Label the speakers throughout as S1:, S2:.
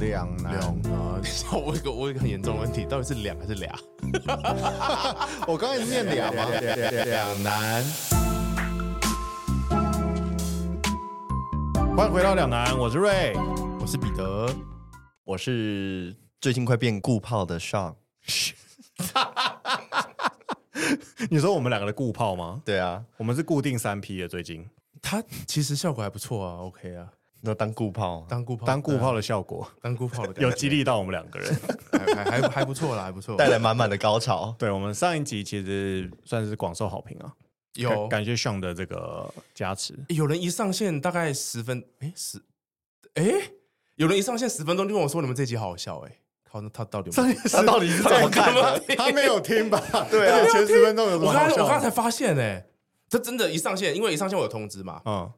S1: 两难。
S2: 两
S1: 嗯
S2: 啊！等一下，我有一个我有一个很严重的问题，到底是两还是俩？
S1: 我刚才是念两啊吗？
S2: 两难。
S1: 欢迎回到两难，我是瑞。
S2: 我是彼得，
S3: 我是最近快变固炮的 Sean。
S1: 你说我们两个的固炮吗？
S3: 对啊，
S1: 我们是固定三批的，最近
S2: 他其实效果还不错啊，OK 啊，
S3: 那当固炮，
S2: 当固炮，
S1: 当固炮的效果
S2: 对啊，当固炮的感觉
S1: 有激，励到我们两个 人。
S2: 还还还还不错啦，还不错，
S3: 带来满满的高潮。
S1: 对，我们上一集其实算是广受好评啊，
S2: 有
S1: 感感谢 Sean 的这个加持。
S2: 有人一上线大概十分，哎十，哎有人一上线十分钟就跟我说你们这集好好笑，哎，靠，那他到底有没有？
S3: 他到底是怎么看的？
S1: 他没有听吧？
S3: 对啊
S1: 而且前十分钟有什么
S2: 我刚
S1: 好
S2: 才我刚
S1: 笑
S2: 才
S1: 的？
S2: 发现哎，这真的，一上线，因为一上线我有通知嘛，
S1: 嗯，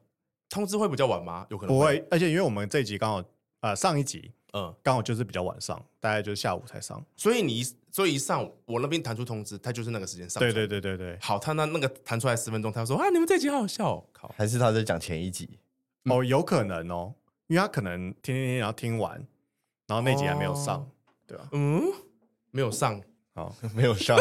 S2: 通知会比较晚吗？有可能
S1: 不，会。而且因为我们这一集刚好呃上一集
S2: 嗯，
S1: 刚好就是比较晚上，大概就是下午才上。
S2: 所以你一所以一上我那边弹出通知，他就是那个时间上，
S1: 对对，对对对。
S2: 好，他那那个弹出来十分钟，他说啊你们这集好好笑哦，靠，
S3: 还是他在讲前一集？
S2: 嗯
S1: 哦，有可能哦，因为他可能听听听，然后听完，然后那集还没有上。
S2: 哦嗯，没有上。
S1: 好，
S3: 没有 上，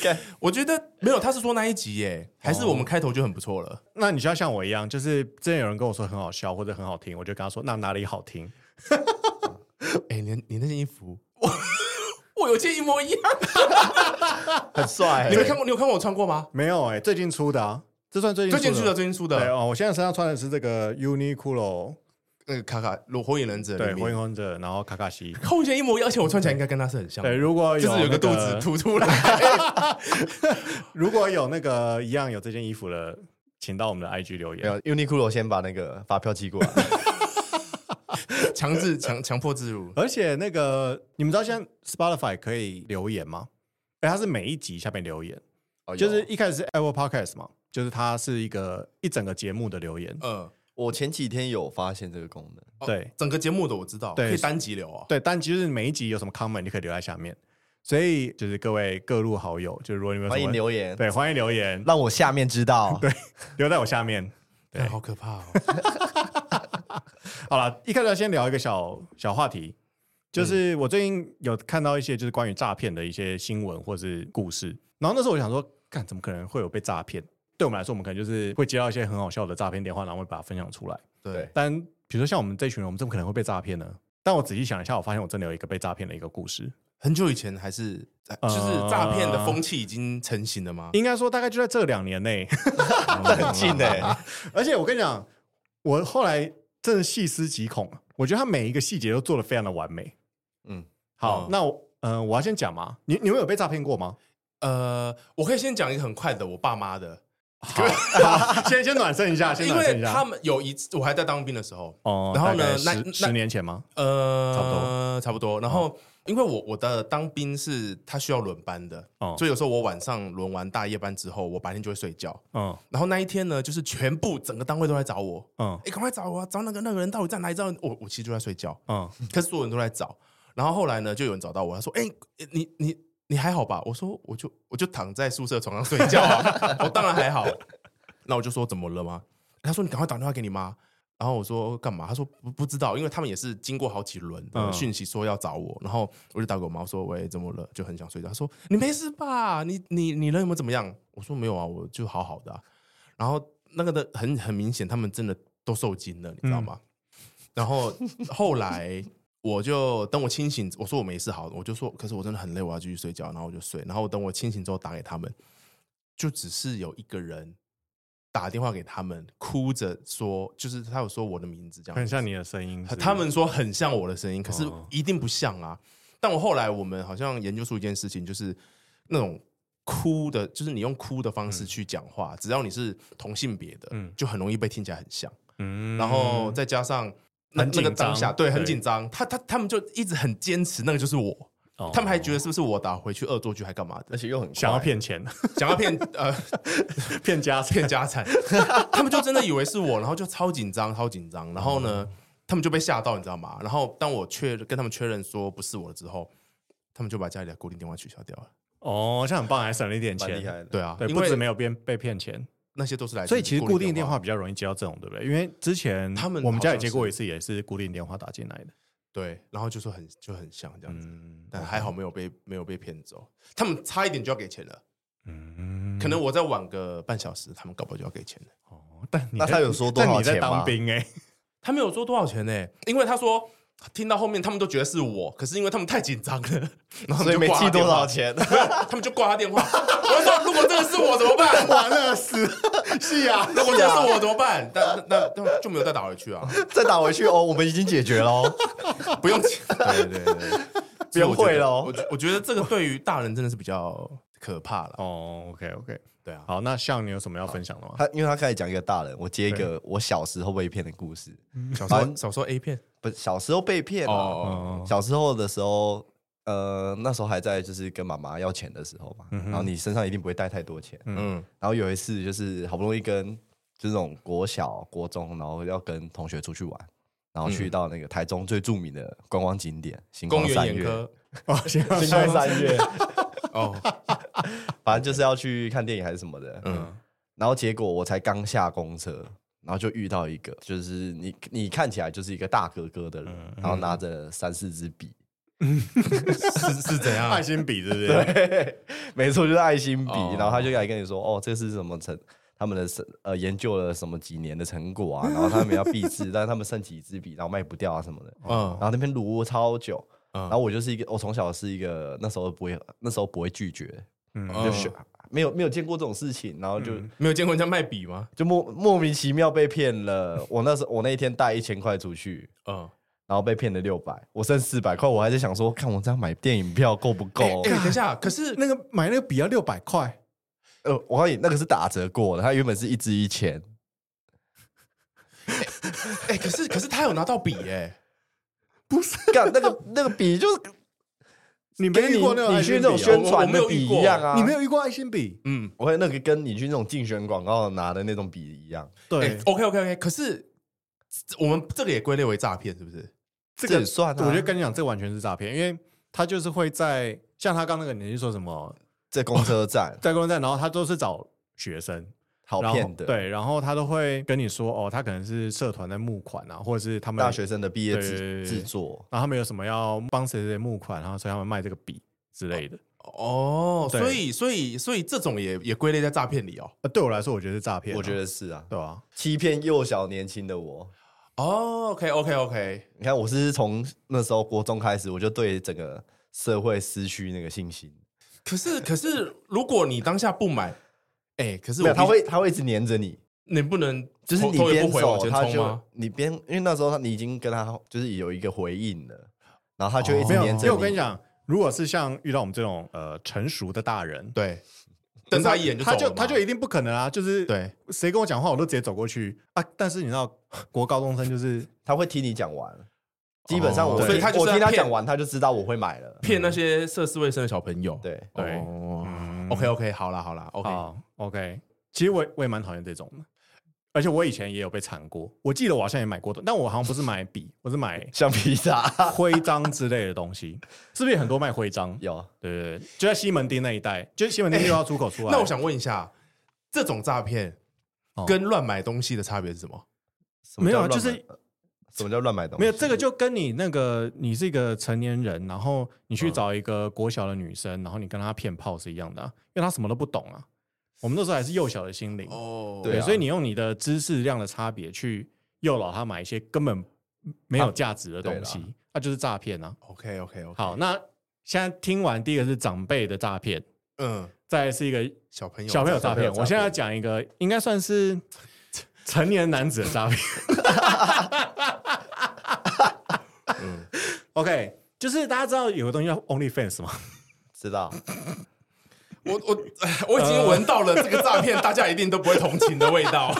S3: 干
S2: 我觉得没有，他是说那一集耶，还
S1: 哦
S2: 是我们开头就很不错了。
S1: 那你就要像我一样，就是之前有人跟我说很好笑或者很好听，我就跟他说那哪里好听？
S2: 哎、你你那件衣服，我 我有件一模一样。
S3: 很
S1: 哎
S3: 帅欸。
S2: 你没看过？你有看过我穿过吗？
S1: 没有哎、最近出的啊，这算最近
S2: 最近出的，
S1: 的。
S2: 最近出
S1: 对
S2: 的
S1: 哦，我现在身上穿的是这个 Uniqlo，
S2: 那个卡卡《裸火影忍者》
S1: 对，
S2: 里
S1: 火
S2: 面
S1: 影，忍者，然后卡卡西。
S2: 看我以前一模一样，而且我穿起来应该跟他是很像的。
S1: 对，如果有、
S2: 就是有
S1: 那
S2: 个肚子凸出来。
S1: 如果有那个一样有这件衣服的，请到我们的 IG 留
S3: 没
S1: 言。
S3: 有 Uniqlo 先把那个发票寄过来，
S2: 强制强强迫自如。
S1: 而且那个你们知道现在 Spotify 可以留言吗？哎，它是每一集下面留言，
S3: 哦有
S1: 就是一开始是 Apple Podcast 嘛，就是它是一个一整个节目的留言。
S2: 嗯，
S3: 我前几天有发现这个功能，
S2: 哦
S1: 对
S2: 整个节目的我知道，
S1: 对
S2: 可以单集流啊。
S1: 对，但其实每一集有什么 comment 你可以留在下面，所以就是各位各路好友，就是如果你们有什
S3: 欢
S1: 么
S3: 迎留言，
S1: 对欢迎留言
S3: 让我下面知道。对，
S1: 留在我下面。
S2: 对，好 可怕哦。
S1: 好了，一开始要先聊一个小小话题，就是我最近有看到一些就是关于诈骗的一些新闻或是故事，然后那时候我想说，干怎么可能会有被诈骗？对我们来说，我们可能就是会接到一些很好笑的诈骗电话，然后会把它分享出来。
S2: 对，
S1: 但比如说像我们这群人，我们怎么可能会被诈骗呢？但我仔细想一下，我发现我真的有一个被诈骗的一个故事。
S2: 很久以前还是
S1: 呃
S2: 就是诈骗的风气已经成型了吗？
S1: 应该说大概就在这两年内，
S3: 这很近
S2: 欸
S3: 哎。
S1: 而且我跟你讲，我后来真的细思极恐，啊我觉得他每一个细节都做的非常的完美。
S3: 嗯，
S1: 好，
S2: 嗯
S1: 那我呃，我要先讲嘛，你你们有被诈骗过 吗？
S2: 呃，我可以先讲一个很快的，我爸妈的，
S1: 好， 先先暖身一下，先
S2: 因
S1: 暖身
S2: 为
S1: 一
S2: 他
S1: 下。
S2: 们有一次我还在当兵的时候，
S1: 哦
S2: 然后呢
S1: 大概
S2: 那
S1: 十十
S2: 那
S1: 年前吗？
S2: 呃，
S1: 差不哦
S2: 多，差不多。然后因为我我的当兵是他需要轮班的，
S1: 哦
S2: 所以有时候我晚上轮完大夜班之后，我白天就会睡觉。
S1: 嗯
S2: 然后那一天呢，就是全部整个单位都来找我，
S1: 嗯
S2: 哎，赶快找我啊，找那个那个人到底在哪里？找我我其实就在睡觉，
S1: 嗯，
S2: 可是所有人都在找。然后后来呢，就有人找到我，他说：“哎、你你你还好吧？”我说：“我就我就躺在宿舍床上睡觉啊， 我当然还好。”那我就说：“怎么了吗？”他说：“你赶快打电话给你妈。”然后我说：“干嘛？”他说：“不不知道，因为他们也是经过好几轮的
S1: 嗯
S2: 讯息说要找我，然后我就打给我妈我说：‘喂，怎么了？’就很想睡觉。他说：‘你没事吧？你你你人有没有怎么样？’我说：‘没有啊，我就好好的啊、然后那个的很很明显，他们真的都受惊了，你知道吗？然后后来我就等我清醒，我说我没事好，我就说，可是我真的很累，我要继续睡觉，然后我就睡。然后等我清醒之后打给他们，就只是有一个人打电话给他们，哭着说，就是他有说我的名字这样
S1: 很
S2: 子，
S1: 像你的声音。是不是
S2: 他们说很像我的声音，可是
S1: 哦
S2: 一定不像啊。但我后来我们好像研究出一件事情，就是那种哭的，就是你用哭的方式去讲话，只要你是同性别的，
S1: 嗯
S2: 就很容易被听起来很像。
S1: 嗯
S2: 然后再加上那
S1: 很
S2: 那
S1: 紧
S2: 个
S1: 张
S2: 当下，对，很
S1: 对
S2: 紧张。他他他们就一直很坚持，那个就是我。
S1: 哦
S2: 他们还觉得是不是我打回去恶作剧还干嘛的
S3: 而，且又很 快
S1: 想要骗钱，
S2: 想要骗呃
S1: 骗 家
S2: 骗家产，他们就真的以为是我，然后就超紧张，超紧张。然后呢，
S1: 嗯
S2: 他们就被吓到，你知道吗？然后当我确跟他们确认说不是我了之后，他们就把家里的固定电话取消掉了。
S1: 哦，这样很棒，还省了一点
S3: 蛮
S1: 钱
S3: 厉。害的。
S2: 对啊，
S1: 对，
S2: 因
S1: 不止没
S2: 为
S1: 有被被骗钱，
S2: 那些都是来自
S1: 所以其实固定电
S2: 话
S1: 话比较容易接到这种，对不对？因为之前
S2: 他们
S1: 我们家
S2: 好
S1: 也
S2: 像
S1: 接过一次，也是固定电话打进来的。
S2: 对，然后就说很就很像这样子，
S1: 嗯
S2: 但还好没有被没有被骗走，他们差一点就要给钱了，
S1: 嗯
S2: 可能我再晚个半小时，他们搞不好就要给钱了。
S1: 哦，但你
S3: 那
S1: 在
S3: 他有说多
S1: 但
S3: 少
S1: 你在
S3: 钱
S1: 当
S3: 吗
S1: 兵哎，
S2: 他没有说多少钱呢、因为他说听到后面他们都觉得是我，可是因为他们太紧张了，然后
S3: 所以没
S2: 记
S3: 记多少，钱，
S2: 没有他们就挂他电话。我就说如果这个是我怎么办？
S3: 完了死， 是啊，
S2: 如果这个是我怎么办？但那那就没有再打回去啊，
S3: 再打回去哦，我们已经解决了 哦，
S2: 不用钱。对对对对，
S3: 不用会了
S2: 我
S3: 哦。
S2: 觉我觉得这个对于大人真的是比较可怕了。
S1: 哦，OK OK，
S2: 对啊，
S1: 好，那像你有什么要分享的 吗？
S3: 他因为他开始讲一个大人，我接一个我小时候被骗的故事，
S2: 小时
S3: 反
S2: 候
S3: 正
S2: 小时候 A 片
S3: 不是小时候被骗啊，
S2: 哦，
S1: 哦
S3: 小时候的时候，呃，那时候还在就是跟妈妈要钱的时候嘛，然后你身上一定不会带太多钱，
S2: 嗯
S3: 然后有一次就是好不容易跟就这种国小、国中，然后要跟同学出去玩，然后去到那个台中最著名的观光景点星
S2: 嗯公
S3: 光
S2: 园
S3: 三
S2: 眼
S3: 月，
S2: 科
S1: 哦，行，
S3: 星光三月，
S2: 哦，
S3: 反正就是要去看电影还是什么的，
S2: 嗯
S3: 然后结果我才刚下公车，然后就遇到一个，就是你你看起来就是一个大哥哥的人，然后拿着三四支笔，
S2: 是是怎样
S1: 爱？心笔是不是？
S3: 对， 没错，就是爱心笔，
S2: 哦
S3: 然后他就来跟你说，哦，这是什么成。他们的成呃研究了什么几年的成果 啊，然后他们要币制，但是他们剩几支笔，然后卖不掉啊什么的，
S2: 嗯
S3: 然后那边撸超久，
S2: 嗯
S3: 然后我就是一个我从小是一个那时候不会那时候不会拒绝，
S2: 嗯
S3: 就学没有没有见过这种事情，然后就
S2: 没有见过人家卖笔吗？
S3: 就莫莫名其妙被骗了。我那时候我那一天带一千块出去，
S2: 嗯，
S3: 然后被骗了六百，我剩四百块，我还在想说，看我这样买电影票够不 够
S2: 哎、？等一下，可是
S1: 那个买那个笔要六百块，
S3: 呃，我告诉你，那个是打折过的，它原本是一支一千，
S2: 哎、可是可是他有拿到笔哎、
S3: 干 那个那个笔就是
S1: 你没
S3: 跟你
S1: 遇过那种
S3: 你
S1: 爱
S3: 去
S1: 心
S3: 那种
S1: 笔哦
S3: 宣传
S2: 我我没
S3: 的
S2: 有
S3: 笔啊
S2: 遇过
S3: 一样啊，
S1: 你没有遇过爱心笔？
S2: 嗯，
S3: 我那个跟你去那种竞选广告拿的那种笔一样，
S1: 对，
S2: o k OK OK，可哎是我们这个也归类为诈骗，是不是？
S1: 这
S3: 这
S1: 个
S3: 也算啊
S1: 我就跟你讲，这完全是诈骗，因为他就是会在像他刚那个，你是说什么
S3: 在公车 站
S1: 在公交站，然后他都是找学生，
S3: 好
S1: 然后
S3: 骗的，，
S1: 对，然后他都会跟你说，哦，他可能是社团在募款啊，或者是他们
S3: 大学，生的毕业
S1: 对对对
S3: 制
S1: 对
S3: 制作，
S1: 然后他们有什么要帮谁谁募款，然后所以他们卖这个笔之类的。
S2: 哦，
S1: 对
S2: 所以所以所以这种也也归类在诈骗里哦。
S1: 呃，对我来说，我觉得是诈骗啊，
S3: 我觉得是啊，
S1: 对啊，
S3: 欺骗幼小年轻的我。
S2: 哦，OK OK OK，
S3: 你看，我是从那时候国中开始，我就对整个社会失去那个信心。
S2: 可是可是如果你当下不买，哎、可是我
S3: 没有，他
S2: 必须
S3: 会他会一直黏着你，
S2: 你不能
S3: 就是
S2: 头
S3: 你
S2: 头也
S3: 边
S2: 不回往
S3: 走
S2: 前
S3: 他
S2: 冲
S3: 就
S2: 吗？
S3: 你边，因为那时候他你已经跟他就是有一个回应了，然后他就会一
S1: 哦没
S3: 直
S1: 有，
S3: 黏
S1: 因
S3: 着
S1: 为我跟你讲，如果是像遇到我们这种呃成熟的大人，
S2: 对，瞪他一眼就走
S1: 他
S2: 了
S1: 就
S2: 嘛
S1: 他就一定不可能啊，就是
S2: 对，
S1: 谁跟我讲话，我都直接走过去啊。但是你知道，国高中生就是
S3: 他会听你讲完。基本上我
S2: 哦所以
S3: 听
S2: 他就是
S3: 我
S2: 在
S3: 听他
S2: 骗
S3: 讲完，他就知道我会买了。
S2: 骗那些涉世未深的小朋友。
S3: 对，
S1: 对
S2: 哦、o
S1: 嗯
S2: k OK，好啦好啦 o k
S1: 啊，OK。其实我也我也蛮讨厌这种的，而且我以前也有被缠过。我记得我好像也买过的，但我好像不是买笔，我是买
S3: 橡皮擦
S1: 徽章之类的东西。是不是也很多卖徽章？
S3: 有
S1: 对对对，就在西门町那一带，就是西门町六号出口出来。
S2: 那我想问一下，这种诈骗
S1: 哦
S2: 跟乱买东西的差别是什么？
S3: 什么
S1: 没有啊
S3: 叫
S1: 就
S3: 乱买
S1: 是
S3: 什么叫乱买东西？
S1: 没有这个就跟你那个你是一个成年人，然后你去找一个国小的女生，然后你跟她骗炮是一样的啊、因为她什么都不懂啊。我们那时候还是幼小的心灵，
S2: 哦
S3: 对
S1: 对，
S3: 啊
S1: 所以你用你的知识量的差别去诱导他买一些根本没有价值的东
S3: 啊
S1: 西，那、就是诈骗啊。
S2: ，OK OK OK，
S1: 好，那现在听完第一个是长辈的诈骗，
S2: 嗯，
S1: 再来是一个
S2: 小朋友，
S1: 小朋友诈
S3: 小朋
S1: 骗。
S3: 友诈骗
S1: 我现在要讲一个，应该算是成年男子的诈骗。
S2: 嗯
S1: OK，就是大家知道有个东西叫 OnlyFans 吗？
S3: 知道，
S2: 我我我已经闻到了这个诈骗，大家一定都不会同情的味道。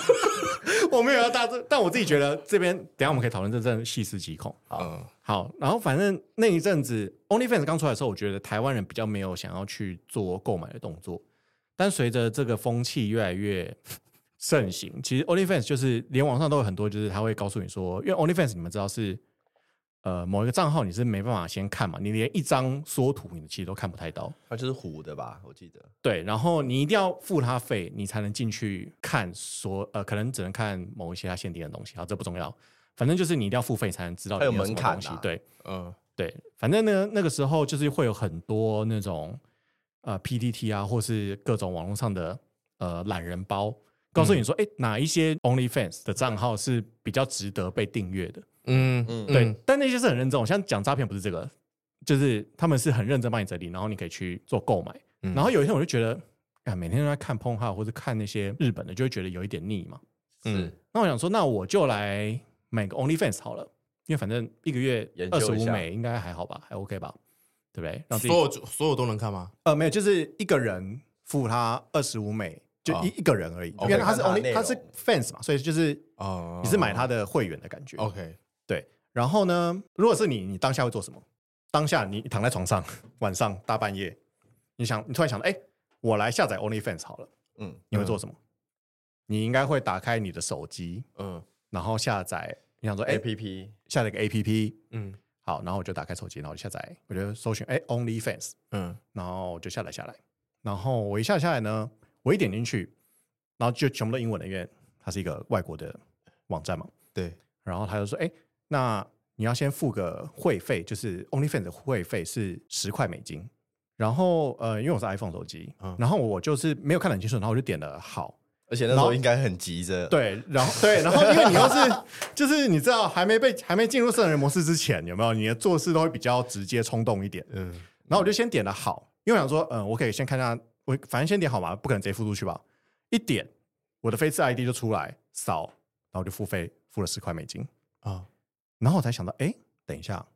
S1: 我没有要大致，但我自己觉得这边，等一下我们可以讨论这阵细思极恐。
S2: 嗯，
S1: 好，然后反正那一阵子 OnlyFans 刚出来的时候，我觉得台湾人比较没有想要去做购买的动作，但随着这个风气越来越盛行， 其实 OnlyFans 就是连网上都有很多，就是他会告诉你说，因为 OnlyFans 你们知道是呃某一个账号你是没办法先看嘛，你连一张缩图你其实都看不太到，
S3: 它就是糊的吧？我记得
S1: 对，然后你一定要付他费，你才能进去看所呃，可能只能看某一些他限定的东西。好，这不重要。反正就是你一定要付费才能知道
S3: 它有
S1: 里面什么
S3: 门槛
S1: 东西
S3: 啊
S1: 对
S2: 嗯
S1: 对，反正呢那个时候就是会有很多那种呃 PDT 啊，或是各种网络上的呃懒人包，告
S2: 嗯
S1: 诉你说，哎、哪一些 OnlyFans 的账号是比较值得被订阅的。
S2: 嗯
S3: 嗯
S1: 对，
S2: 嗯
S1: 但那些是很认真哦，像讲诈骗不是这个，就是他们是很认真帮你整理，然后你可以去做购买。
S2: 嗯
S1: 然后有一天我就觉得，啊，每天都在看 p o n h u b 或者看那些日本的，就会觉得有一点腻嘛。
S2: 嗯
S3: 是
S1: 那我想说，那我就来买个 OnlyFans 好了，因为反正一个月
S3: 研
S1: 二十
S3: 究一
S1: 五
S3: 下
S1: 美应该还好吧，还 OK 吧，对不对？让自己
S2: 所有所有都能看吗？
S1: 呃没有，就是一个人付他二十五美，就
S2: 哦
S1: 一一个人而已，因
S2: OK，
S1: 为他是
S3: 看他的内
S1: Only 他是
S3: 容
S1: fans 嘛，所以就是
S2: 哦，
S1: 你是买他的会员的感觉。
S2: OK，
S1: 对，然后呢，如果是你，你当下会做什么？当下你躺在床上， 晚上大半夜，你想，你突然想到，哎、我来下载 OnlyFans 好了，
S3: 嗯，
S1: 你会做什么？你应该会打开你的手机，
S2: 嗯
S1: 然后下载，你想说，哎、
S3: A P P
S1: 下载个 APP，
S2: 嗯
S1: 好，然后我就打开手机，然后我就下载，我就搜寻，哎、o n l y f a n s
S2: 嗯
S1: 然后我就下载下来，然后我一下下来呢，我一点进去，然后就全部都英文的，因为它是一个外国的网站嘛，
S2: 对，
S1: 然后他就说：“哎，那你要先付个会费，就是 OnlyFans 的会费是十块美金。然后呃，因为我是 iPhone 手机，
S2: 嗯
S1: 然后我就是没有看得很清楚，然后我就点了好。
S3: 而且那时
S1: 然
S3: 候
S1: 后
S3: 应该很急着，，
S1: 对，然后对，然后因为你要是就是你知道还没被还没进入圣人模式之前，有没有你的做事都会比较直接冲动一点？
S2: 嗯
S1: 然后我就先点了好，因为我想说，嗯，我可以先看一下，我反正先点好嘛，不可能直接付出去吧。一点，我的 Face ID 就出来，扫，然后我就付费付了十块美金。
S2: 啊
S1: 然后我才想到，哎，等一下，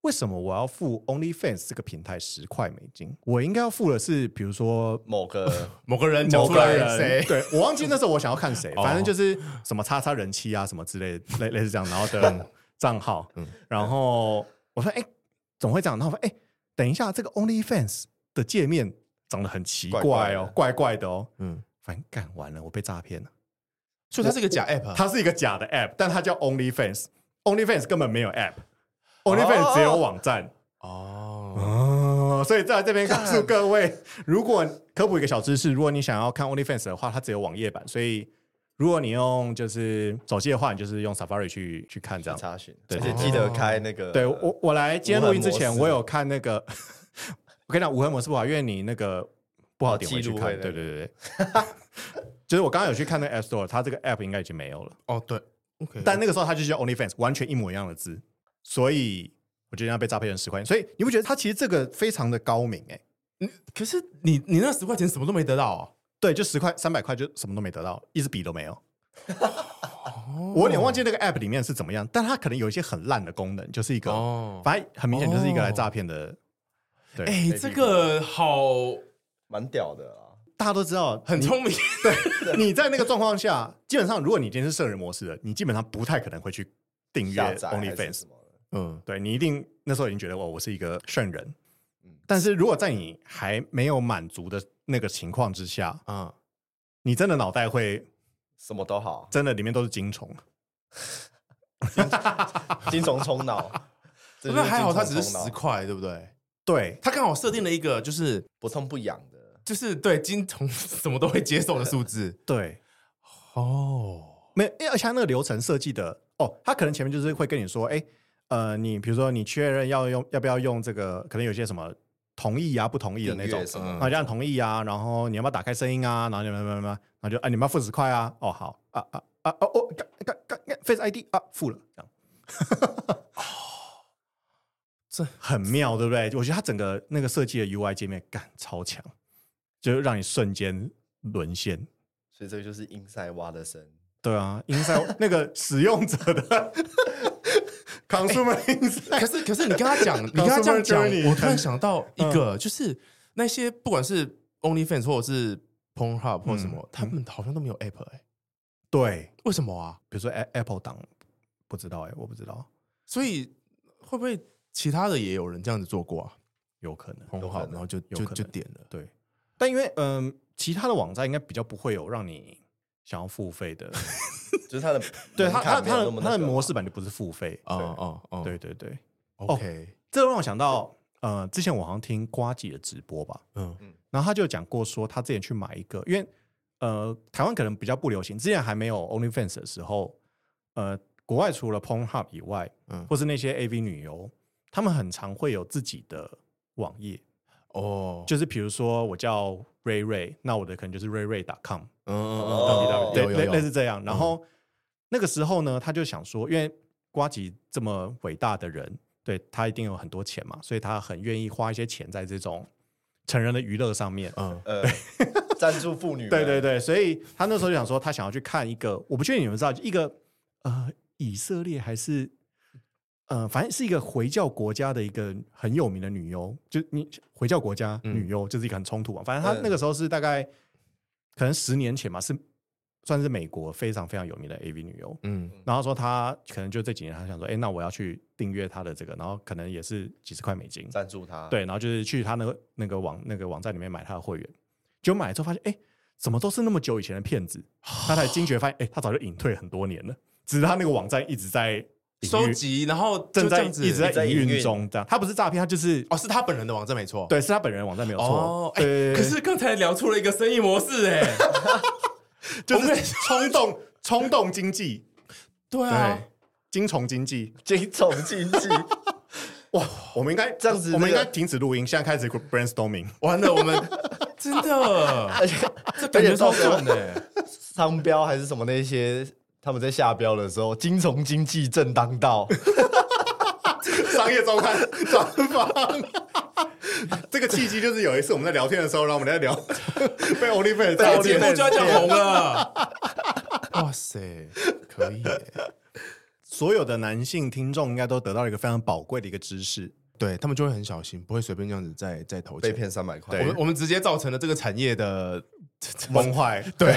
S1: 为什么我要付 OnlyFans 这个平台十块美金？我应该要付的是，比如说
S3: 某 个
S2: 某个人讲
S1: 某
S2: 出
S1: 个
S2: 来
S1: 人，
S2: 谁？
S1: 对我忘记那时候我想要看谁，
S2: 哦
S1: 反正就是什么叉叉人妻啊，什么之类的类类似这样，然后的账号
S2: 嗯，
S1: 然后我说，哎，怎么会这样？然后我说，哎，等一下，这个 OnlyFans 的界面长得很奇怪哦，怪怪的哦，
S2: 嗯，
S1: 反正干完了，我被诈骗了。
S2: 所以它是一个假 app，啊
S1: 它是一个假的 app，但它叫 OnlyFans，OnlyFans 根本没有 app，OnlyFans 只有网站。
S2: 哦，
S1: 哦，所以在这边告诉各位，如果科普一个小知识，如果你想要看 OnlyFans 的话，它只有网页版，所以如果你用就是手机的话，你就是用 Safari 去去看这样。
S3: 查询，
S1: 对
S3: 而且记得开那个，
S1: 对我，我来今天录音之前
S3: 无，痕模式
S1: 我有看那个， 我跟你讲，无痕模式不好，因为你那个不好点回去
S3: 哦记录
S1: 看。
S3: 会那
S1: 对对
S3: 个
S1: 对对， 就是我刚刚有去看那个 App Store，它这个 App 应该已经没有了，
S2: 哦对，OK，
S1: 但那个时候它就叫 OnlyFans，完全一模一样的字，所以我觉得要被诈骗成十块钱。所以你不觉得它其实这个非常的高明哎、
S2: 可是你你那十块钱什么都没得到啊。
S1: 对，就十块三百块就什么都没得到，一支笔都没有。
S2: 哦
S1: 我有点忘记那个 app 里面是怎么样，但它可能有一些很烂的功能，就是一个，
S2: 哦，
S1: 反正很明显就是一个来诈骗的。对，
S2: 哎，这个好
S3: 蛮屌的啊啦。
S1: 大家都知道，
S2: 很聪 明，
S1: 你在那个状况下，基本上如果你今天是圣人模式的，你基本上不太可能会去订阅
S3: 下载还是
S1: OnlyFans
S3: 什。么的？
S2: 嗯
S1: 对你一定那时候已经觉得哦，我是一个圣人
S3: 嗯。
S1: 但是如果在你还没有满足的那个情况之下，
S2: 啊，
S1: 你真的脑袋会
S3: 什么都好，
S1: 真的里面都是精虫。
S3: 精虫充脑。这就是
S2: 那还好，它只
S3: 精
S2: 是
S3: 虫充脑
S2: 十块，对不对？
S1: 对，
S2: 它刚好设定了一个就是
S3: 不痛不痒的，
S2: 就是对金童 什么都会接受的数字
S1: 对，
S2: 哦，
S1: 没有，因为而且它那个流程设计的哦，他可能前面就是会跟你说，哎，呃，你比如说你确认要用要不要用这个，可能有些什么同意啊、不同意的那
S3: 订
S1: 种
S3: 阅，什
S1: 然
S3: 么
S1: 后这样同意啊，然后你要不要打开声音啊，然后你们们们，然后就啊，你们要付十块啊，哦好啊啊啊哦哦，干干干干 Face ID 啊，付了这样。
S2: 这
S1: 很妙，对不对？我觉得它整个那个设计的 UI 界面感超强，就是让你瞬间沦陷。
S3: 所以这个就是 inside 挖的深。
S1: 对啊，inside 那个使用者 的 consumer
S3: 哎
S1: inside，、
S2: 可是可是你跟他讲，你跟他这样讲
S1: Consumer journey，，嗯
S2: 我突然想到一个，就是那些不管是 OnlyFans 或者是 Pornhub 或者什么
S1: 嗯，
S2: 他们好像都没有 App 哎，
S1: 对，
S2: 为什么啊？
S1: 比如说 A- Apple 档，不知道哎、我不知道，
S2: 所以会不会其他的也有人这样子做过啊
S1: 有可能。
S3: 有可
S2: ？Pornhub
S3: 能
S2: 然后就
S1: 有
S2: 就
S1: 可能
S2: 就点了，
S1: 对，但因为嗯、其他的网站应该比较不会有让你想要付费 的，
S3: 就是 它的
S1: 对它
S3: 门
S1: 它
S3: 槛没有
S1: 它
S3: 那
S1: 的
S3: 么那
S1: 它的
S3: 个
S1: 模式版就不是付费。
S2: 哦哦哦，
S1: 对对对，
S2: ，OK，
S1: 这让我想到呃，之前我好像听瓜姐的直播吧，
S2: 嗯
S1: 然后他就讲过说，他之前去买一个，因为呃，台湾可能比较不流行，之前还没有 OnlyFans 的时候，呃，国外除了 Pornhub 以外，
S2: 嗯
S1: 或是那些 AV 女优，他们很常会有自己的网页，
S2: 哦，
S1: 就是比如说我叫 Ray Ray，那我的可能就是 Ray Ray .com，
S2: 嗯嗯
S3: 哦
S2: 嗯，
S1: 对
S2: 有
S1: 类
S2: 有
S1: 类
S2: 有
S1: 似这样。然后那个时候呢，他就想说，因为瓜吉这么伟大的人，对他一定有很多钱嘛，所以他很愿意花一些钱在这种成人的娱乐上面。
S2: 嗯
S3: 呃， 赞助妇女，
S1: 对对，对，所以他那时候就想说，他想要去看一个，我不确定你们知道，一个呃以色列还是呃，反正是一个回教国家的一个很有名的女优，就你回教国家女优就是一个很冲突嘛。啊反正他那个时候是大概可能十年前嘛，是算是美国非常非常有名的 AV 女优。
S2: 嗯
S1: 然后说他可能就这几年，他想说，哎，那我要去订阅她的这个，然后可能也是几十块美金，
S3: 赞助他，
S1: 对，然后就是去他那个那个网那个网站里面买他的会员，结果买了之后发现，哎、怎么都是那么久以前的骗子？他才惊觉发现，哎、他早就隐退很多年了，只是他那个网站一直在营
S2: 收
S1: 运
S2: 集，然后
S1: 正
S2: 就这
S1: 在
S2: 样子
S1: 一直在
S3: 在
S1: 营
S3: 营
S1: 运
S3: 运
S1: 中，这样他不是诈骗，他就是、
S2: 哦，是他本人的网站没错，
S1: 对，是他本人的网站没有错，
S2: 哦，哎
S1: 对，，
S2: 可是刚才聊出了一个生意模式，哎，
S1: 就
S2: 我们
S1: 是 冲动冲动经济，
S2: 对
S1: 对
S2: 啊，，
S1: 精虫经济，
S3: 金总经 济，
S1: 哇，我们应该
S3: 这样子
S1: 我们应
S3: 那
S1: 该
S3: 个
S1: 停止录音，现在开始 brainstorming。
S2: 完 了，我们真的
S3: 而且
S2: 这感觉超
S3: 到时候
S2: 准的，
S3: 商标还是什么那些，他们在下标的时候，金从经济正当 道，
S1: 商业周刊 专访。 这个契机就是有一次我们在聊天的时候，然后我们在聊 被 Oliver
S2: 这
S1: 照
S2: 个节
S1: 练
S2: 目就要讲红了，哇塞，可以耶，
S1: 所有的男性听众应该都得到了一个非常宝贵的一个知识。
S2: 对他们就会很小心，不会随便这样子再再投
S3: 被
S2: 钱。
S3: 骗三百块，
S2: 我们我们直接造成了这个产业的
S1: 崩 坏，
S2: 对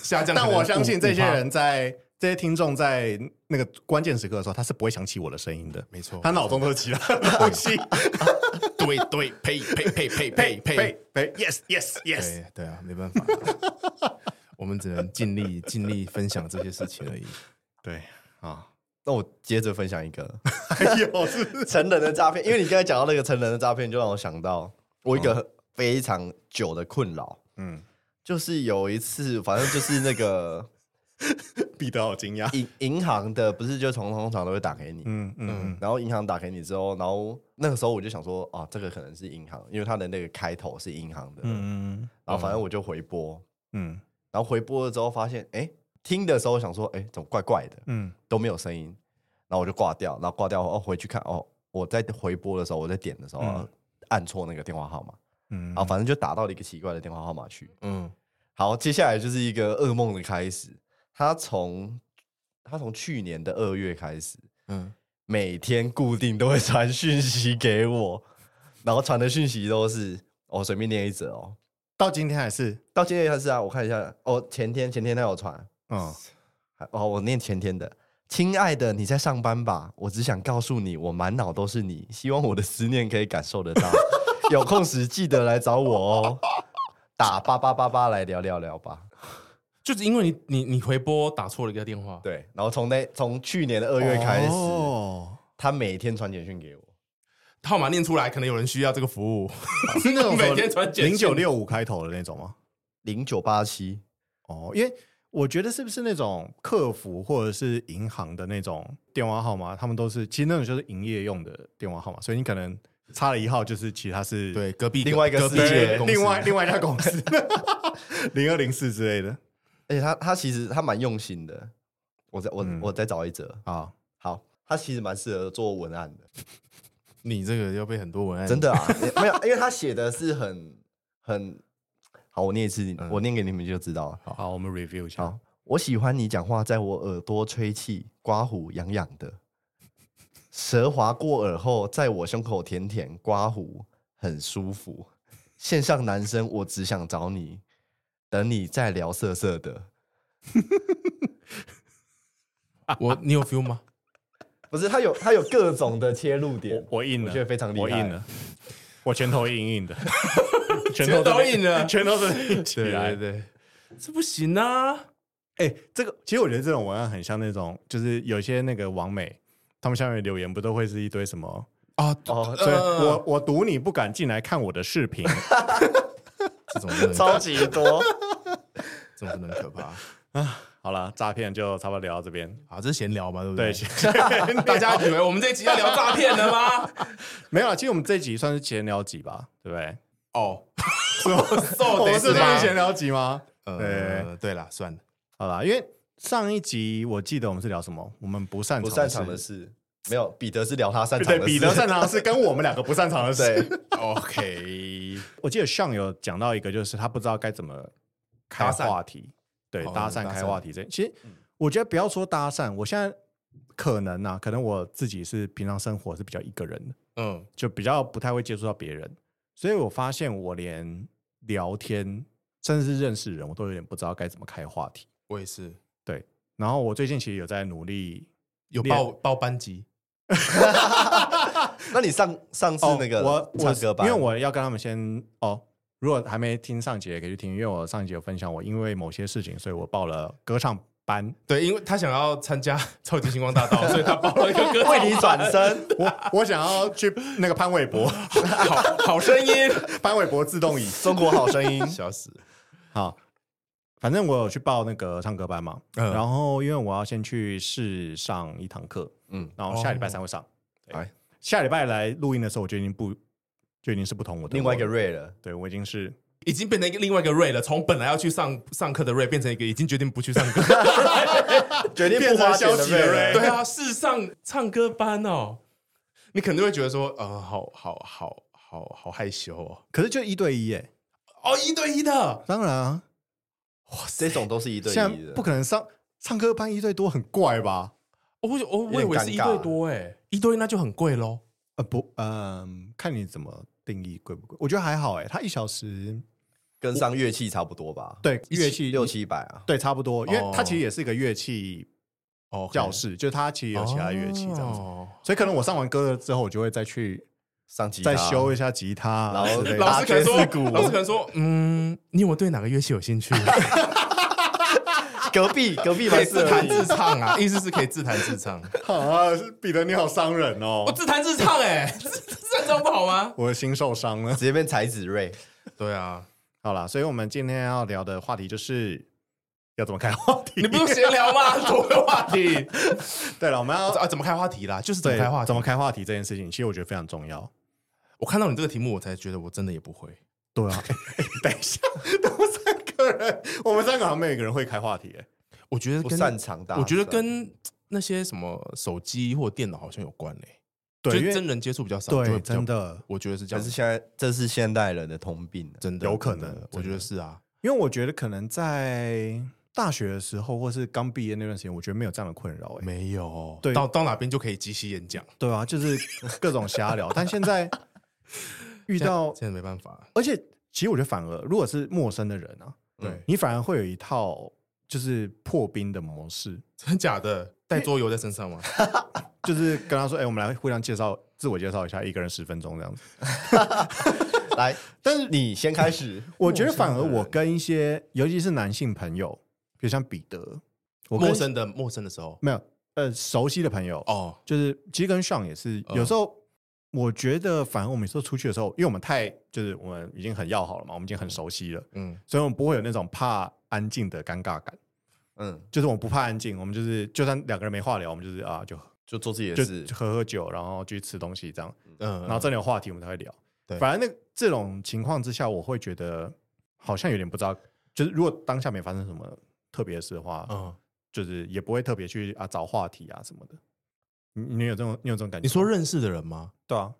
S2: 下降可能
S1: 但
S2: 5。
S1: 我相信这些
S2: 5%
S1: 人在这些听众在那个关键时刻的时候，他是不会想起我的声音的，
S2: 没错
S1: 他脑中都是其他的东西。
S2: 对对呸呸呸 呸呸
S1: 呸
S2: 呸，
S1: 呸，yes yes yes。
S2: 对对啊，没办法， 我们只能尽力尽力分享这些事情而已。
S1: 对啊，
S3: 那我接着分享一个
S1: 还有是哎不是
S3: 成人的诈骗，因为你刚才讲到那个成人的诈骗，就让我想到我一个非常久的困扰，
S1: 嗯，
S3: 就是有一次，反正就是那个
S1: 彼得好惊讶。
S3: 银银行的，不是就从通常都会打给你，
S1: 嗯嗯
S3: 然后银行打给你之后，然后那个时候我就想说，啊，这个可能是银行，因为它的那个开头是银行的，
S1: 嗯嗯
S3: 然后反正我就回拨，
S1: 嗯
S3: 然后回拨了之后发现，哎，听的时候想说，哎，怎么怪怪的，
S1: 嗯
S3: 都没有声音，然后我就挂掉，然后挂掉后哦回去看，哦，我在回拨的时候，我在点的时候、
S1: 嗯
S3: 按错那个电话号码，
S1: 嗯
S3: 然后反正就打到了一个奇怪的电话号码去。
S2: 嗯，
S3: 好，接下来就是一个噩梦的开始，他从他从去年的二月开始，
S2: 嗯，
S3: 每天固定都会传讯息给我，然后传的讯息都是我随、便念一则哦。
S1: 到今天还是
S3: 到今天也是啊，我看一下哦，前天前天他有传，
S1: 嗯，
S3: 还哦，我念前天的。亲爱的，你在上班吧？我只想告诉你，我满脑都是你，希望我的思念可以感受得到。有空时记得来找我哦。打八八八八来聊聊聊吧。
S2: 就是因为你你你回拨打错了一个电话，
S3: 对，然后从那从去年的二月开始，
S1: 哦
S3: 他每天传简讯给我。
S2: 号码念出来，可能有人需要这个服务。
S1: 是 那种
S2: 每天传简讯
S1: 零九六五开头的那种吗？
S3: 零九八七，
S1: 哦，因为我觉得是不是那种客服或者是银行的那种电话号码，他们都是其实那种就是营业用的电话号码，所以你可能差了一号，就是其他是
S2: 对，隔壁
S3: 另外一个
S2: 隔
S3: 世
S2: 壁
S3: 界
S1: 对
S2: 的公司
S1: 另外另外一家公司 零二零四之类的
S3: 而且他他其实他蛮用心的。我再我、
S1: 嗯
S3: 我再找一则，
S1: 啊，
S3: 好，他其实蛮适合做文案的，
S2: 你这个要被很多文案
S1: 哎
S3: 真的啊，没有，因为他写的是很很好，我念一次，
S1: 嗯
S3: 我念给你们就知道了。
S1: 好，我们 review 一下
S3: 好，，我喜欢你讲话在我耳朵吹气，刮胡痒痒的，舌滑过耳后，在我胸口舔舔，刮胡很舒服。线上男生，我只想找你，等你再聊色色的。
S2: 我你有 feel 吗？
S3: 不是，他有他有各种的切入点
S1: 我，我硬了，
S3: 我觉得非常厉害
S1: 我硬了，我拳头硬 硬的，拳
S2: 全都
S1: 真的
S2: 硬了
S1: 拳头真的硬起
S2: 对
S1: 来
S2: 对
S1: 了。
S2: 对，这不行啊！
S1: 哎、这个其实我觉得这种文案很像那种，就是有些那个网美，他们下面留言不都会是一堆什么？
S2: 啊，
S3: 哦，
S1: 所以我我赌你不敢进来看我的视频，
S2: 这种真的
S3: 超级多。
S2: 这种真的很可怕。
S1: 好了，诈骗就差不多聊到这边。
S2: 好，这是闲聊嘛，对不
S1: 对，
S2: 对？ 大家以为我们这集要聊诈骗了吗？
S1: 没有啦，其实我们这一集算是闲聊集吧，对不对？
S2: 哦，
S1: 我
S3: 哦
S2: 我
S1: 们是算是闲
S2: 闲聊。
S1: 聊集吗？
S2: 呃，对啦，算了，
S1: 好啦，因为上一集我记得我们是聊什么？我们不擅
S3: 不
S1: 长
S3: 擅长的事没有，彼得是聊他擅长
S1: 对
S3: 的事。
S1: 彼得擅长的事跟我们两个不擅长的事。
S3: 对
S2: OK，
S1: 我记得上有讲到一个，就是他不知道该怎么开
S2: 搭讪
S1: 话题，对，
S2: 哦
S1: 搭讪
S2: 搭
S1: 开
S2: 讪嗯
S1: 话题这，其实我觉得不要说搭讪，我现在可能啊，可能我自己是平常生活是比较一个人的，
S2: 嗯，
S1: 就比较不太会接触到别人，所以我发现我连聊天，甚至是认识人，我都有点不知道该怎么开话题。
S2: 我也是
S1: 然后我最近其实有在努力，
S2: 有
S1: 练
S2: 报报班级，
S3: 那你上上次那个
S1: 哦我
S3: 唱歌
S1: 我
S3: 班，
S1: 因为我要跟他们先哦，如果还没听上集也可以去听，因为我上一集有分享我因为某些事情，所以我报了歌唱 班。
S2: 对，因为他想要参加 超级星光大道，所以他报了一个歌手
S3: 为你转 身，
S1: 我我想要去那个潘玮柏，
S2: 好好声音，，
S1: 潘玮柏自动椅。
S3: 中国好声音
S2: 笑死，
S1: 好，反正我有去报那个唱歌班嘛，
S2: 嗯
S1: 然后因为我要先去试上一堂课，
S3: 嗯，
S1: 然后下礼拜三会上。对
S3: 哎
S1: 下礼拜来录音的时候，我就已经不就已经是不同我的
S3: 另外一个
S1: 我
S3: Ray 了，
S1: 对我已经是
S2: 已经变成一个另外一个瑞了，从本来要去上上课的瑞变成一个已经决定不去上课。
S3: 决定
S1: 变
S3: 不
S1: 成
S3: 花钱
S1: 消
S3: 的
S1: 极的
S3: Ray 了。
S2: 对 啊，世上唱歌班哦，你可能会觉得说，呃，好好好好好害羞哦，
S1: 可是就一对一耶，
S2: 哦，一对一的，
S1: 当然啊，
S3: 这种都是一对
S1: 现
S3: 一
S1: 在
S3: 的，
S1: 不可能上唱歌班一对多，很怪吧？
S2: 我我哦我以
S3: 有
S2: 为
S3: 点
S2: 是一
S3: 尴尬
S2: 对多哎，一对一那就很贵喽。
S1: 呃不，嗯、看你怎么定义贵不贵。我觉得还好哎，它一小时
S3: 跟上乐器差不多吧？，
S1: 对乐器
S3: 六七百啊，
S1: 对差不多，因为它
S2: 哦
S1: 其实也是一个乐器
S2: 哦，
S1: 教室，就是它其实有其他乐器这样子。
S2: 哦
S1: 所以可能我上完歌了之后，我就会再去
S3: 上吉他
S1: 再修一下吉他，
S3: 然后
S1: 之类 的啊
S2: 老师可能
S3: 打爵士鼓
S2: 说，老师可能说，嗯，你有没有对哪个乐器有兴趣？
S3: 隔壁隔 壁
S2: 可以
S3: 蛮
S2: 自弹
S3: 适合
S2: 自唱啊，意思是可以自弹自唱。
S1: 啊，彼得你好伤人
S2: 我
S1: 哦，
S2: 自弹自唱，哎， 这样不好吗？
S1: 我的心受伤了
S3: 直。接变才子 Ray。
S2: 对啊，
S1: 好啦，所以我们今天要聊的话题就是要怎么开话题。
S2: 你不用闲聊吗？ 多个话 题
S1: 对了，我们要
S2: 啊，怎么开话题啦？就是怎
S1: 对
S2: 么开话题
S1: 怎。么开话题这件事情，其实我觉得非常重要。
S2: 我看到你这个题目，我才觉得我真的也不会。
S1: 对 啊，等一下，我们三个人，我们三个好像没有一个人会开话题哎耶。
S2: 我觉得
S3: 不
S2: 跟
S3: 擅长啊搭讪
S2: 我觉得跟那些什么手机或电脑好像有关嘞、
S1: 对，
S2: 就
S1: 因
S2: 是
S1: 为
S2: 真人接触比较少，就会
S1: 对
S2: 比较
S1: 真，的，
S2: 我觉得是这
S3: 可
S2: 样
S3: 是
S2: 子，
S3: 现在这是现代人的通病了，
S2: 真的
S1: 有可能
S2: 真的
S1: 真的
S2: 我觉得是啊。
S1: 因为我觉得可能在大学的时候，或是刚毕业那段时间，我觉得没有这样的困扰耶。
S2: 没有，
S1: 对
S2: 到到哪边就可以即席演讲，
S1: 对啊，就是各种瞎 聊，但现在遇到
S2: 现在没办法。
S1: 而且其实我觉得反而如果是陌生的人啊，
S2: 对
S1: 嗯你反而会有一套就是破冰的模式，
S2: 真的假的？带桌游在身上吗？
S1: 就是跟他说，哎、我们来互相介绍，自我介绍一下，一个人十分钟这样子。
S3: 来，但是你先开始，
S1: 我觉得反而我跟一些，尤其是男性朋友，比如像彼得， 我
S3: 哦
S1: 跟
S2: 陌生的陌生的时候，
S1: 没有呃熟悉的朋友，
S2: 哦，
S1: 就是其实跟上也是，
S2: 嗯
S1: 有时候我觉得反而我们有时候出去的时候，因为我们太就是我们已经很要好了嘛，我们已经很熟悉了，
S2: 嗯，
S1: 所以我们不会有那种怕安静的尴尬感。
S3: 嗯，
S1: 就是我们不怕安静，我们就是就算两个人没话聊，我们就是啊就
S3: 就做自己的
S1: 就
S3: 事
S1: 就，喝喝酒，然后去吃东西这样，
S2: 嗯，
S1: 然后真的有话题我们才会聊。
S2: 对
S1: 反而那这种情况之下，我会觉得好像有点不知道，就是如果当下没发生什么特别的事的话，
S2: 嗯，
S1: 就是也不会特别去啊找话题啊什么的。你你有这种你有这种感觉吗？
S2: 你说认识的人吗？
S1: 对啊，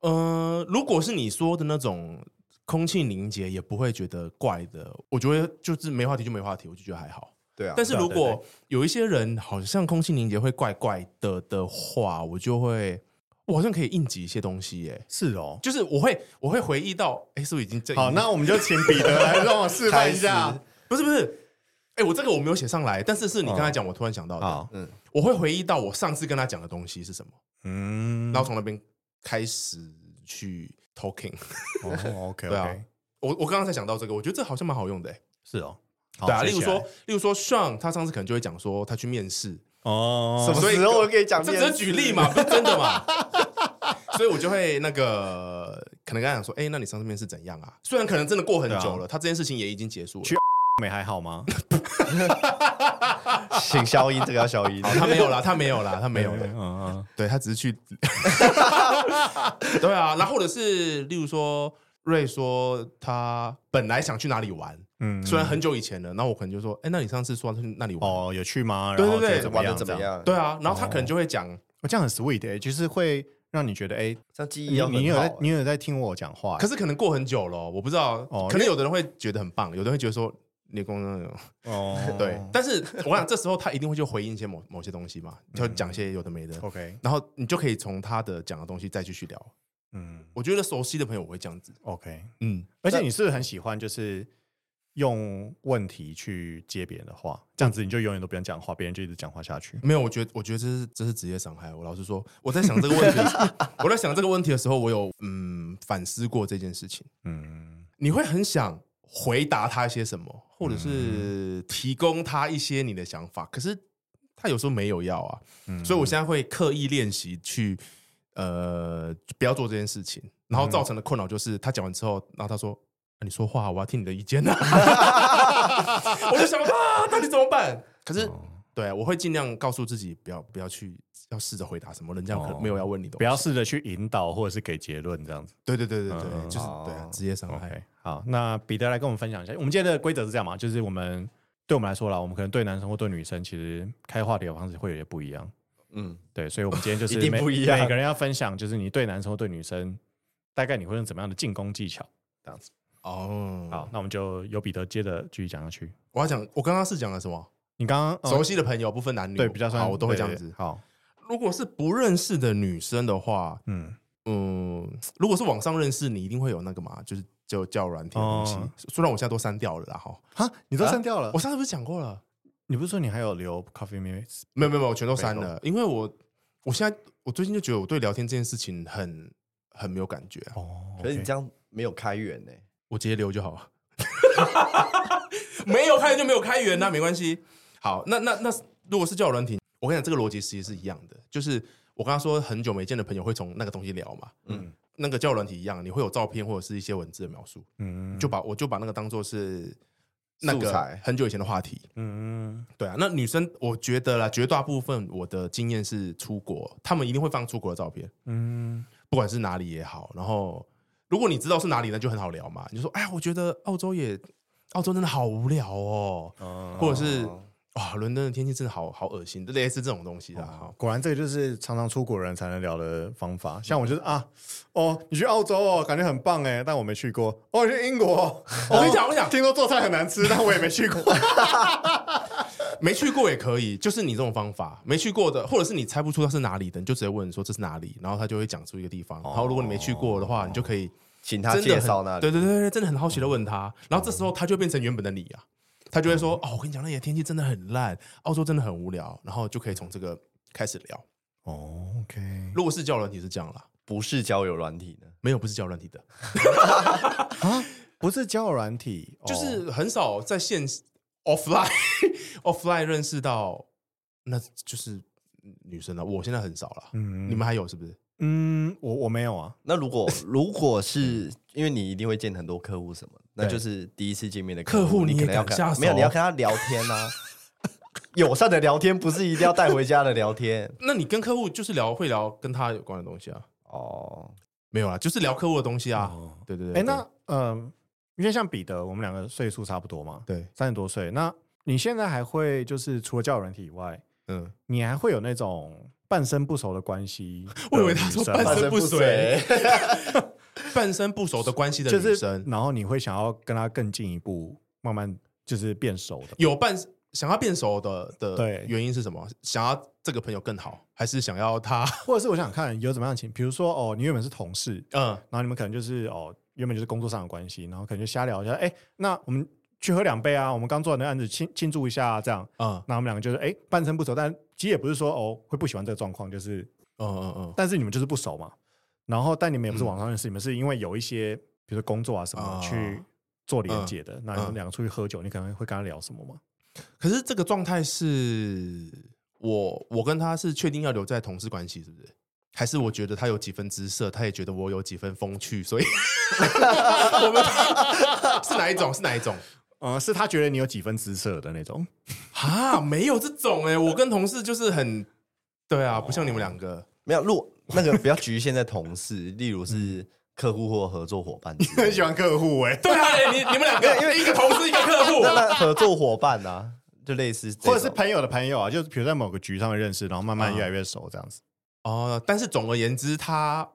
S2: 呃，如果是你说的那种空气凝结，也不会觉得怪的。我觉得就是没话题就没话题，我就觉得还好。
S3: 对啊。
S2: 但是
S1: 对啊
S2: 如
S1: 对
S2: 果有一些人好像空气凝结会怪怪的的话，我就会，我好像可以应急一些东西耶。
S1: 是哦。
S2: 就是我会，我会回忆到，哎，是不是已经这？
S1: 好，那我们就请彼得来让我示范一
S3: 开
S1: 下
S3: 始。
S2: 不是不是，哎，我这个我没有写上来，但是是你刚才讲，我突然想到的，
S1: 哦好，
S3: 嗯，
S2: 我会回忆到我上次跟他讲的东西是什么，
S1: 嗯
S2: 然后从那边开始去 talking。
S1: OK
S2: 对啊
S1: OK，
S2: 我我刚刚才想到这个，我觉得这好像蛮好用的耶。
S1: 是哦。好
S2: 对啊，
S1: 接
S2: 例如
S1: 下来
S2: 说，例如说，Sean 他上次可能就会讲说他去面试，
S1: 哦，
S3: 什么
S2: 所以
S3: 时候可以讲
S2: 这
S3: 面试？
S2: 只是举例嘛，不是真 的嘛。所以我就会那个可能跟他讲说，哎、那你上次面试怎样啊？虽然可能真的过很久了，他这件事情也已经结束了
S1: 啊去，美还好吗？
S3: 请消音，这个要 消音。
S2: 他没有啦，他没有啦，他 没有
S1: 对
S2: 了。
S1: 嗯嗯，
S2: 对他只是去， 对啊，然后或者是例如说瑞说他本来想去哪里玩，
S1: 嗯
S2: 虽然很久以前了，那我可能就说，哎，那你上次说要去哪里玩？
S1: 哦有趣吗？
S2: 对
S1: 然后
S2: 对对
S1: 觉得怎么
S3: 玩的
S1: 样？
S3: 怎么？样？
S2: 对啊，然后他可能就会讲，
S1: 我这样很 sweet，欸就是会让你觉得哎，
S3: 像记忆
S1: 你
S3: 要
S1: 你
S3: 很
S1: 有
S3: 好
S1: 在
S3: 欸。
S1: 你有在听我讲话欸，
S2: 可是可能过很久了哦，我不知道
S1: 哦，
S2: 可能有的人会觉得很棒，有的人会觉得说。你工作
S1: 哦
S2: 对，但是我想这时候他一定会去回应一些某某些东西嘛，就讲一些有的没的，
S1: OK，
S2: 然后你就可以从他的讲的东西再继续聊。
S1: 嗯
S2: 我觉得熟悉的朋友我会这样子，
S1: OK，
S2: 嗯，
S1: 而且你是不是很喜欢就是用问题去接别人的话？这样子你就永远都不用讲话，别人就一直讲话下去。
S2: 没有，我觉得我觉得这是这是职业伤害。我老实说，我在想这个问题，我在想这个问题的时候，我有嗯反思过这件事情。
S1: 嗯，
S2: 你会很想回答他一些什么，或者
S1: 嗯
S2: 是提供他一些你的想法，可是他有时候没有要啊，
S1: 嗯
S2: 所以我现在会刻意练习去呃不要做这件事情，然
S1: 嗯
S2: 后造成的困扰就是他讲完之后，然后他说。啊你说话，我要听你的意见 啊！我就想啊，到底怎么办？可是，
S1: 哦
S2: 对啊我会尽量告诉自己，不要不要去，要试着回答什么，人家可
S1: 哦
S2: 能没有要问你的东西，
S1: 不要试着去引导或者是给结论这样子。
S2: 对对对对对，
S1: 嗯
S2: 就是
S3: 哦
S2: 对啊，职业伤害。
S1: OK，好，那彼得来跟我们分享一下，我们今天的规则是这样嘛？就是我们对我们来说啦，我们可能对男生或对女生，其实开话题的方式会有些不一样。
S3: 嗯，
S1: 对，所以我们今天就 是
S3: 一定
S1: 每
S3: 不一样
S1: 每个人要分享，就是你对男生或对女生，大概你会用怎么样的进攻技巧？
S2: 哦，
S1: 好，，那我们就由彼得接着继续讲下去。
S2: 我要讲，我刚刚是讲了什么？
S1: 你刚刚、
S2: 熟
S1: 哦、
S2: 悉的朋友不分男女，
S1: 对比较算
S2: 好，我都会这样
S1: 对
S2: 子
S1: 对。好，
S2: 如果是不认识的女生的话，
S1: 嗯，
S2: 嗯，如果是网上认识，你一定会有那个嘛，就是就叫软体的东西
S1: 哦。
S2: 虽然我现在都删掉了啦，哈，
S1: 哈，你都
S3: 啊
S1: 删掉了、
S2: 我上次不是讲过了？
S1: 你不是说你还有留 coffee minutes？
S2: 没有没有没有，我全都删了，因为我我现在我最近就觉得我对聊天这件事情很很没有感觉啊，
S1: 哦
S3: 可是你这
S1: 样
S3: 样没有开源呢、欸
S2: 我直接留就好了。 没有开源就没有开源那没关系。好，那那那如果是叫软体，我跟你讲，这个逻辑其实是一样的，就是我刚刚说很久没见的朋友会从那个东西聊嘛，
S1: 嗯
S2: 嗯，那个叫软体一样，你会有照片或者是一些文字的描述，
S1: 嗯
S2: 就把我就把那个当做是那
S3: 素
S2: 个
S3: 材
S2: 很久以前的话题。
S1: 嗯
S2: 对啊，那女生我觉得啦，绝大部分我的经验是出国，他们一定会放出国的照片，
S1: 嗯
S2: 不管是哪里也好。然后如果你知道是哪里，那就很好聊嘛。你就说，哎呀，我觉得澳洲也澳洲真的好无聊哦，
S1: 嗯，
S2: 或者是
S3: 哦
S2: 哇，伦敦的天气真的好好恶心，类似这种东西啦。哈、
S1: 果然这个就是常常出国人才能聊的方法。像我就是啊，哦，你去澳洲哦，感觉很棒哎，但我没去过。哦，我去英国哦，
S2: 我跟你讲，我跟你讲，
S1: 听说做菜很难吃，但我也没去过。
S2: 没去过也可以，就是你这种方法，没去过的，或者是你猜不出它是哪里的，你就直接问说这是哪里，然后他就会讲出一个地方。然后如果你没去过的话，你就可以
S3: 请他
S2: 真的
S3: 介
S2: 很
S3: 绍那里。嗯
S2: 对对对对，真的很好奇的问他，然后这时候他就变成原本的你啊，他就会说哦，我跟你讲，那里的天气真的很烂，澳洲真的很无聊，然后就可以从这个开始聊。
S1: 哦，OK，
S2: 如果是交友软体是这样啦，
S3: 不是交友软体呢？
S2: 没有不是交友软体的，
S3: 哦
S1: 不是交友软体，哦
S2: 就是很少在现 offline offline 认识到，那就是女生了。我现在很少了，
S1: 嗯
S2: 你们还有是不是？
S1: 嗯，我我没有啊，
S3: 那如果如果是因为你一定会见很多客户什么，那就是第一次见面的
S2: 客户
S3: 户，
S2: 你
S3: 你
S2: 也
S3: 可能要
S2: 敢
S3: 跟
S2: 下手
S3: 没有，你要跟他聊天啊，友善的聊天，不是一定要带回家的聊天
S2: 那你跟客户就是聊会聊跟他有关的东西啊？
S3: 哦。
S2: 没有啦，就是聊客户的东西啊。
S1: 哦
S2: 对对对，
S1: 哎，
S2: 对
S1: 那嗯，因为像彼得，我们两个岁数差不多嘛，
S2: 对，
S1: 三十多岁。那你现在还会就是除了交友软体以外，
S2: 嗯，
S1: 你还会有那种半生不熟的关系的女生吗？
S2: 我以为他说半生不遂
S3: 半身不遂
S2: 半生不熟的关系的
S1: 就
S2: 女
S1: 是
S2: 生，
S1: 然后你会想要跟他更进一步，慢慢就是变熟的。
S2: 有半想要变熟的
S1: 对
S2: 的原因是什么？想要这个朋友更好，还是想要他？
S1: 或者是我想看有怎么样的情，比如说哦，你原本是同事，
S2: 嗯，
S1: 然后你们可能就是哦，原本就是工作上的关系，然后可能就瞎聊一下，哎，那我们去喝两杯啊，我们刚做完的案子庆庆祝一下、啊、这样。
S2: 嗯
S1: 那我们两个就是哎半生不熟，但其实也不是说哦会不喜欢这个状况，就是
S2: 嗯嗯嗯，
S1: 但是你们就是不熟嘛。然后但你们也不是网上认识，你们是因为有一些比如说工作啊什么、
S2: 哦
S1: 去做连接的。那你们
S2: 嗯
S1: 两个出去喝酒，你可能会跟他聊什么吗？
S2: 可是这个状态是我我跟他是确定要留在同事关系，是不是？还是我觉得他有几分姿色，他也觉得我 有几分风趣，所以我们是哪一种？是哪一种？
S1: 呃，是他觉得你有几分姿色的那种。
S2: 啊，没有这种哎、我跟同事就是很，对啊，不像你们两个，
S3: 没有，如果那个不要局限在同事，例如是客户或合作伙伴 之类的，
S1: 嗯很喜欢客户哎、
S2: 对啊，哎你你们两个，因为一个同事一个客 户，
S3: 那那合作伙伴啊，就类似这
S1: 或者是
S3: 种
S1: 朋友的朋友啊，就是比如在某个局上面认识，然后慢慢越来越熟这样子。
S2: 哦，但是总而言之，他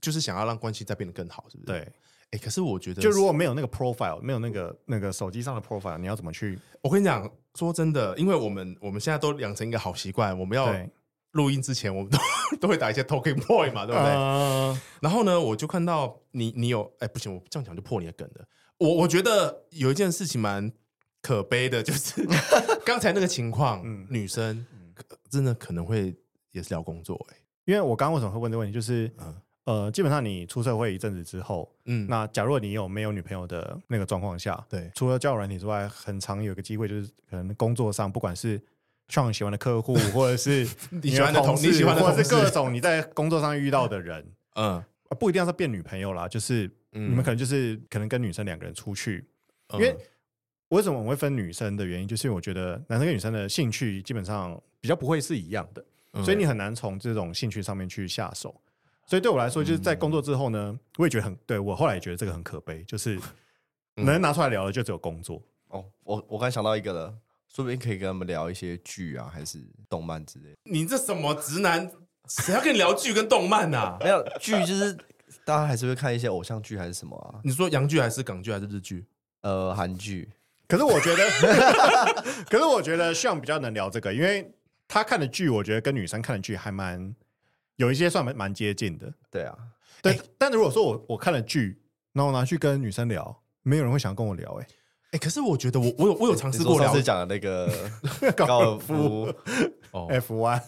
S2: 就是想要让关系再变得更好，是不是？
S1: 对，
S2: 哎、可是我觉得，
S1: 就如果没有那个 profile，没有那个那个手机上的 profile，你要怎么去？
S2: 我跟你讲，说真的，因为我们我们现在都养成一个好习惯，我们要
S1: 对，
S2: 录音之前，我们都 都会打一些 talking point 嘛，对不对？
S1: 呃
S2: 然后呢，我就看到你，你有，哎、不行，我这样讲就破你的梗了。我我觉得有一件事情蛮可悲的，就是 刚才那个情况，
S1: 嗯
S2: 女生、可真的可能会也是聊工作、哎，
S1: 因为我刚刚为什么会问这个问题，就是
S2: 嗯
S1: 呃，基本上你出社会一阵子之后，
S2: 嗯，
S1: 那假如你有没有女朋友的那个状况下，
S2: 对
S1: 除了交友软体之外，很常有一个机会就是可能工作上，不管是像你喜欢的客 户，或者是
S2: 你喜欢的同
S1: 事，
S2: 你喜欢的
S1: 或
S2: 同
S1: 者
S2: 事
S1: 是各种你在工作上遇到的 人，
S2: 嗯，
S1: 啊不一定要是变女朋友啦，就是
S2: 嗯
S1: 你们可能就是可能跟女生两个人出去，
S2: 因
S1: 因为为什么我会分女生的原因，就是因为我觉得男生跟女生的兴趣基本上比较不会是一样的，所以你很难从这种兴趣上面去下手。所以对我来说，就是在工作之后呢，我也觉得很对我后来也觉得这个很可悲，就是能拿出来聊的就只有工作。
S3: 哦，我我刚想到一个了，说不定可以跟他们聊一些剧啊，还是动漫之类的。
S2: 你这什么直男，谁要跟你聊剧跟动漫啊呐、
S3: 没有剧就是大家还是会看一些偶像剧还是什么啊，
S2: 你说洋剧还是港剧还是日剧？
S3: 呃，韩剧。
S1: 可是我觉得，可是我觉得像比较能聊这个，因为他看的剧，我觉得跟女生看的剧还蛮有一些算蛮蛮接近的。
S3: 对啊，
S1: 对，但如果说我我看了剧，然后拿去跟女生聊，没有人会想跟我聊、欸。
S2: 哎、可是我觉得我我有我有尝
S1: 啊
S3: 你
S2: 试
S3: 说
S2: 过
S3: 上
S2: 聊
S3: 次讲的那个 高尔夫，
S2: 哦，
S1: F one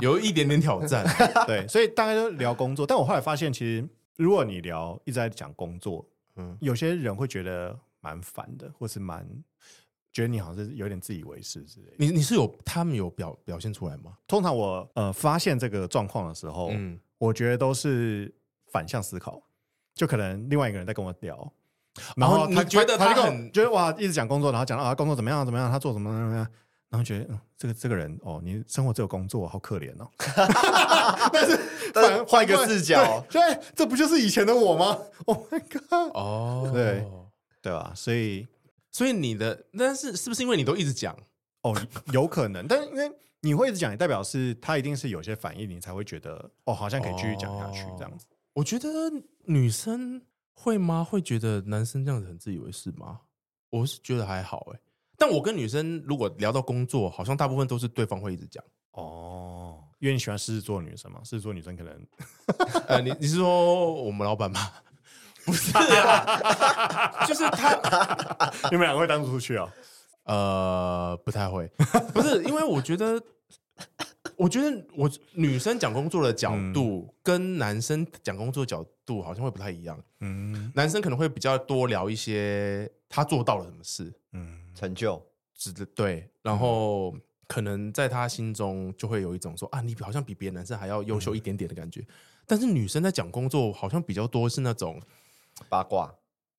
S2: 有一点点挑 战。
S1: 对，所以大概就聊工作。但我后来发现，其实如果你聊一直在讲工作，
S2: 嗯
S1: 嗯，有些人会觉得蛮烦的，或是蛮觉得你好像是有点自以为是之类的。
S2: 你你是有他们有表表现出来吗？
S1: 通常我呃发现这个状况的时候，
S2: 嗯，
S1: 我觉得都是反向思考，就可能另外一个人在跟我聊，然
S2: 哦
S1: 后
S2: 你
S1: 他、
S2: 觉得
S1: 他就
S2: 他
S1: 跟我
S2: 很
S1: 觉得哇，一直讲工作，然后讲到啊工作怎么样怎么样，他做怎么样怎么样，然后觉得嗯这个这个人哦，你生活只有工作，好可怜哦。
S3: 但是换一个视角，
S1: 对，对，这不就是以前的我吗？Oh my god！
S2: 哦，
S1: 对，对吧？所以
S2: 所以你的但是是不是因为你都一直讲？
S1: 哦， 有可能，但因为你会一直讲，也代表是他一定是有些反应，你才会觉得哦，好像可以继续讲下去
S2: 哦
S1: 这样子。
S2: 我觉得女生会吗？会觉得男生这样子很自以为是吗？我是觉得还好哎、但我跟女生如果聊到工作，好像大部分都是对方会一直讲。
S1: 哦，因为你喜欢狮子座女生嘛，狮子座女生可能
S2: 呃，你你是说我们老板吗？ 不是啊，就是他
S1: 你们两个会单独出去哦。
S2: 呃，不太会，不是因为我觉得，我觉得我女生讲工作的角度跟男生讲工作的角度好像会不太一样，
S1: 嗯
S2: 男生可能会比较多聊一些他做到了什么事，
S1: 嗯，
S3: 成就
S2: 指的对，然后可能在他心中就会有一种说啊，你好像比别的男生还要优秀一点点的感觉，但是女生在讲工作好像比较多是那种
S3: 八卦，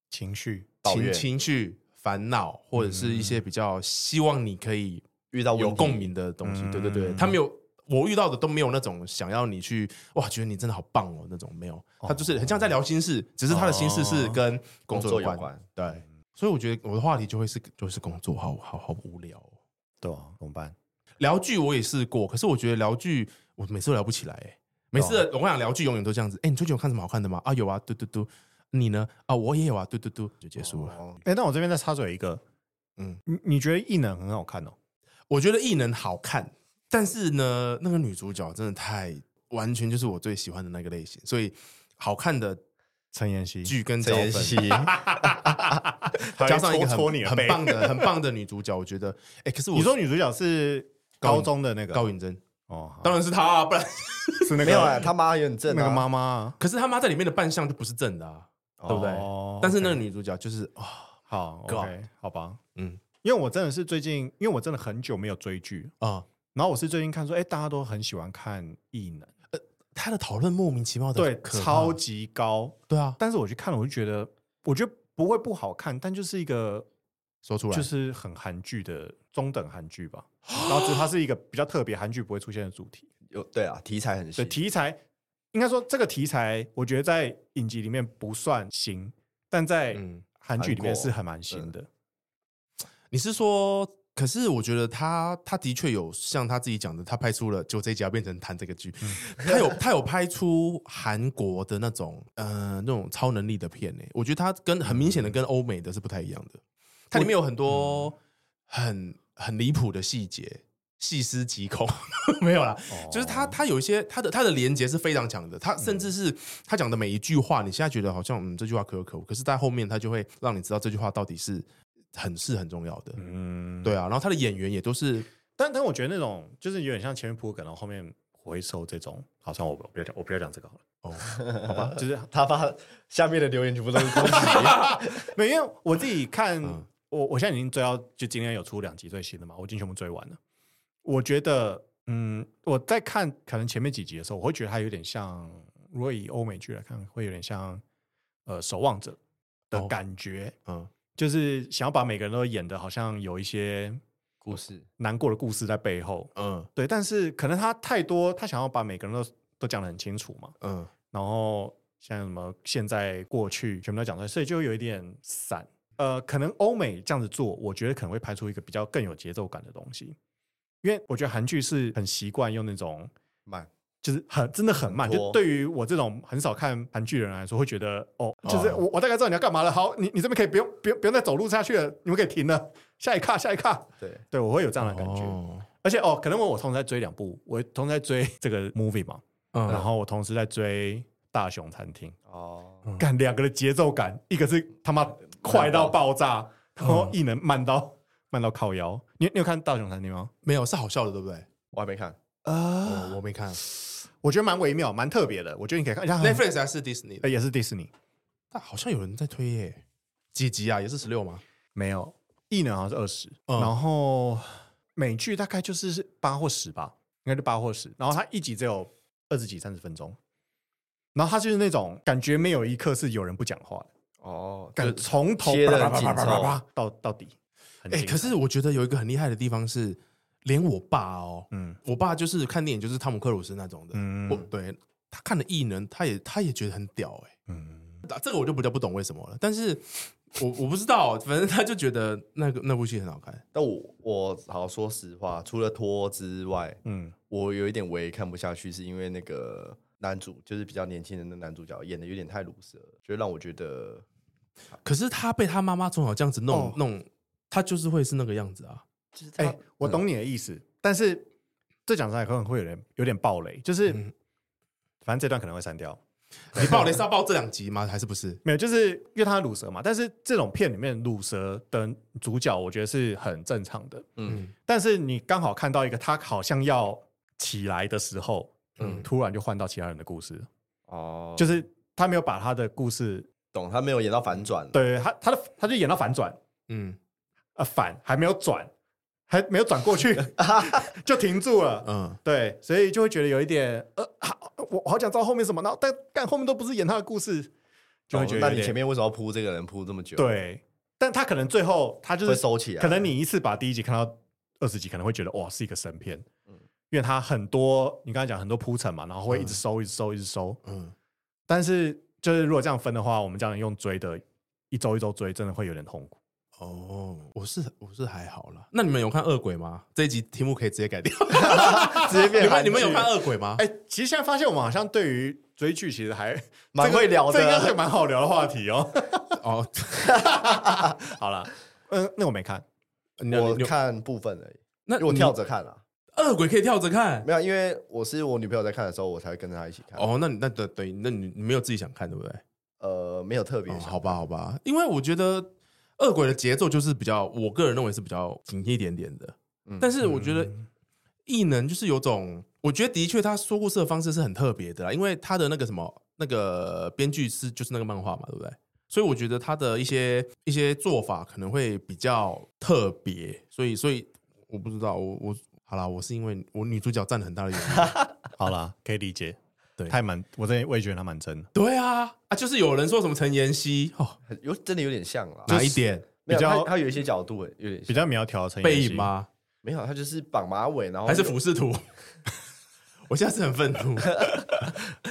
S1: 情绪
S3: 抱
S2: 情
S3: 怨
S2: 情绪。烦恼或者是一些比较希望你可以
S3: 遇到问
S2: 有
S3: 题
S2: 共鸣的东西。对对对，
S1: 嗯
S2: 他没有我遇到的都没有那种想要你去哇，觉得你真的好棒哦那种没有，他就是很像在聊心事，只是他的心事是跟工
S3: 哦工
S2: 作
S3: 作
S2: 有
S3: 有
S2: 关。
S3: 关，嗯
S2: 对，所以我觉得我的话题就会是就是工作，好好好无聊、哦。
S1: 对啊，怎么办？
S2: 聊剧我也试过，可是我觉得聊剧我每次都聊不起来、欸。每次我跟你讲聊剧永远都这样子。哎、你最近有看什么好看的吗？啊，有啊，嘟嘟嘟。你呢？啊，我也有啊，嘟嘟嘟，就结束了。
S3: 哦
S1: 哎、那我这边再插嘴一个，
S2: 嗯
S1: 嗯，你你觉得异能很好看哦？
S2: 我觉得异能好看，但是呢，那个女主角真的太完全就是我最喜欢的那个类型，所以好看的
S1: 陈妍希
S2: 剧跟
S3: 陈
S2: 脚
S3: 妍
S2: 本，
S3: 希
S2: 加上一个
S1: 还戳戳你的
S2: 很很
S1: 背
S2: 棒的很棒的女主角，我觉 得，哎，可是我
S1: 你说女主角是高中的那个
S2: 高允贞
S1: 哦，好
S2: 当然是她啊，不然
S1: 是那个
S3: 没有啊，他妈也很正
S1: 那个
S3: 啊，
S1: 妈妈啊，
S2: 可是他妈在里面的扮相就不是正的啊，对不对
S1: 哦
S2: 但是那个
S1: OK
S2: 女主角就是啊
S1: 好
S2: God
S1: ，OK，好吧，
S2: 嗯
S1: 嗯，因为我真的是最近，因为我真的很久没有追剧，
S2: 啊，
S1: 然后我是最近看说，哎、大家都很喜欢看异能，
S2: 她的讨论莫名其妙的
S1: 对，
S2: 哦可怕
S1: 超级高，
S2: 对啊，
S1: 但是我去看了，我就觉得，我觉得不会不好看，但就是一个
S2: 说出来
S1: 就。是很韩剧的中等韩剧吧。然后只是它是一个比较特别韩剧不会出现的主题，
S3: 有对啊，题材很
S1: 对
S3: 新，
S1: 题材应该说这个题材，我觉得在影集里面不算新，但在
S2: 嗯
S1: 韩剧里面
S3: 韩国
S1: 是还蛮新的。
S2: 你是说？可是我觉得他他的确有像他自己讲的，他拍出了就这一集要变成谈这个剧，他有他有拍出韩国的那种呃那种超能力的片呢、我觉得他跟很明显的跟欧美的是不太一样的，它里面有很多很很离谱的细节，细思极恐， 没有啦，
S1: 哦
S2: 就是他他有一些他的他的连接是非常强的，
S1: 嗯
S2: 他甚至是他讲的每一句话，你现在觉得好像嗯这句话可有可无，可是在后面他就会让你知道这句话到底是很是很重要的，
S1: 嗯，
S2: 对啊，然后他的演员也都是
S1: 但但我觉得那种就是有点像前面铺梗，然后后面回收这种，好像我不我不要讲，我不要讲这个好了，
S2: 哦，
S1: 好吧？就是
S3: 他把下面的留言全部都是攻 击，
S1: 没有，因为我自己看，
S2: 嗯
S1: 我我现在已经追到，就今天有出两集最新的嘛，我已经全部追完了。我觉得，嗯，我在看可能前面几集的时候，我会觉得它有点像，如果以欧美剧来看，会有点像呃《守望者》的
S2: 哦
S1: 感觉，
S2: 嗯，
S1: 就是想要把每个人都演的好像有一些
S3: 故事
S1: 难过的故事在背后。
S2: 嗯
S1: 对，但是可能他太多，他想要把每个人都都讲得很清楚嘛，
S2: 嗯，
S1: 然后像什么现在、过去全部都讲出来，所以就有一点散。呃，可能欧美这样子做，我觉得可能会拍出一个比较更有节奏感的东西，因为我觉得韩剧是很习惯用那种
S3: 慢，
S1: 就是很真的很慢，
S3: 很
S1: 就
S3: 拖
S1: 对于我这种很少看韩剧的人来说，会觉得哦，就是
S2: 哦
S1: 我我大概知道你要干嘛了，好，你你这边可以不用不用不用再走路下去了，你们可以停了，下一卡下一卡，
S3: 对，
S1: 对我会有这样的感觉，
S2: 哦
S1: 而且哦，可能我我同时在追两部，我同时在追 这个 movie 嘛，
S2: 嗯
S1: 然后我同时在追《大熊餐厅》。
S3: 哦，
S2: 嗯
S1: 干两个的节奏感，一个是他妈快到爆炸，然后
S2: 嗯
S1: 一能慢到慢到靠腰。你你有看《大熊餐厅》吗？
S2: 没有是好笑的，对不对？
S3: 我还没看，
S2: 哦，我没看
S1: 我觉得蛮微妙，蛮特别的。我觉得你可以看，然后 呃
S2: Netflix 还是 Disney 的，
S1: 也是迪士尼，
S2: 但好像有人在推耶，几集啊？也是十六吗？
S1: 没有异能好像是二十、
S2: 嗯
S1: 然后美剧大概就是八或十吧，应该是八或十。然后它一集只有二十几、三十分钟，然后它就是那种感觉没有一刻是有人不讲话的，
S3: 哦，
S1: 感觉从头
S3: 切得
S1: 啪啪
S3: 很紧
S1: 啪啪啪
S3: 凑
S1: 啪到到底。很
S2: 哎、
S1: 精
S2: 可是
S1: 彩
S2: 我觉得有一个很厉害的地方是，连我爸哦，
S1: 嗯
S2: 我爸就是看电影就是汤姆克鲁斯那种的，
S1: 嗯
S2: 我对他看了异能，他也他也觉得很屌哎、
S1: 嗯，
S2: 啊这个我就比较不懂为什么了，但是我我不知道，反正他就觉得那个那部戏很好看，
S3: 但我我好说实话，除了拖之外，
S1: 嗯
S3: 我有一点我也看不下去，是因为那个男主就是比较年轻的那男主角演的有点太鲁蛇，就让我觉得
S2: 可是他被他妈妈从小这样子弄、
S1: 哦
S2: 弄，他就是会是那个样子啊，
S3: 就是
S1: 哎、
S3: 他
S1: 我懂你的意思，但是这讲出来可能会有点有点暴雷，就是、
S2: 嗯
S1: 反正这段可能会删掉，
S2: 你爆雷是要爆这两集吗？还是不是？
S1: 没有，就是因为他是乳蛇嘛。但是这种片里面乳蛇的主角，我觉得是很正常的。
S2: 嗯
S1: 但是你刚好看到一个他好像要起来的时候，嗯，
S2: 嗯
S1: 突然就换到其他人的故事，
S3: 哦，
S1: 就是是他没有把他的故事，
S3: 懂他没有演到反转，，
S1: 对他他的他就演到反转，
S2: 嗯
S1: 呃，反还没有转，还没有转过 去，就停住了。
S2: 嗯，
S1: 对，所以就会觉得有一点呃，好，我好想知道后面什么，然后但但后面都不是演他的故事，就会觉得有
S3: 哦那你
S1: 点
S3: 前面为什么要铺这个人铺这么久？，
S1: 对，但他可能最后他就
S3: 会
S1: 是
S3: 收起来，
S1: 可能你一次把第一集看到二十集，可能会觉得哇是一个神片，因为他很多你刚才讲很多铺陈嘛，然后会一直收、一直收一直收，
S2: 嗯，
S1: 但是就是如果这样分的话，我们这样用追的，一周一周追，真的会有点痛苦。
S2: 哦，我是我是还好啦。那你们有看《恶鬼》吗？这一集题目可以直接改掉。
S3: 直接
S2: 你
S3: 变韩
S2: 们你
S3: 剧
S2: 们有看《恶鬼》吗？
S1: 哎、其实现在发现我们好像对于追剧其实还
S3: 蛮
S1: 这个
S3: 会聊的
S1: 这
S3: 啊
S1: 应该是个蛮好聊的话题 哦。
S3: 哎
S2: 哦，
S1: 好了，嗯，那我没看。
S2: 你
S3: 我
S2: 有你有
S3: 看部分而已，
S2: 那
S3: 因为我跳着
S2: 《
S3: 看了，
S2: 恶鬼》可以跳着看。
S3: 没有，因为我是我女朋友在看的时候，我才会跟着她一起看，
S2: 哦，那你那对对，那你你没有自己想看对不对？
S3: 呃，没有特别
S2: 哦，
S3: 想
S2: 好吧好吧，因为我觉得《恶鬼》的节奏就是比较，我个人认为是比较紧一点点的。
S3: 嗯
S2: 但是我觉得异能就是有种，我觉得的确他说故事的方式是很特别的啦，因为他的那个什么那个编剧是就是那个漫画嘛，对不对？所以我觉得他的一些一些做法可能会比较特别，所以所以我 不知道，我我好啦，我是因为我女主角占了很大的原因，
S1: 好啦，可以理解。
S2: 对
S1: 他也蛮，我真的我也觉得他蛮真的，
S2: 对啊，啊，就是有人说什么陈妍希哦，
S3: 很有真的有点像啦，
S2: 哪一点
S3: 没有
S1: 比较
S3: 他他有一些角度欸有点
S1: 比
S3: 像，
S1: 较苗条的陈
S2: 背
S1: 妍希
S2: 影？吗？
S3: 没有他就是绑马尾，然后
S2: 还是
S3: 有
S2: 俯视图？ 我现在是很愤 怒。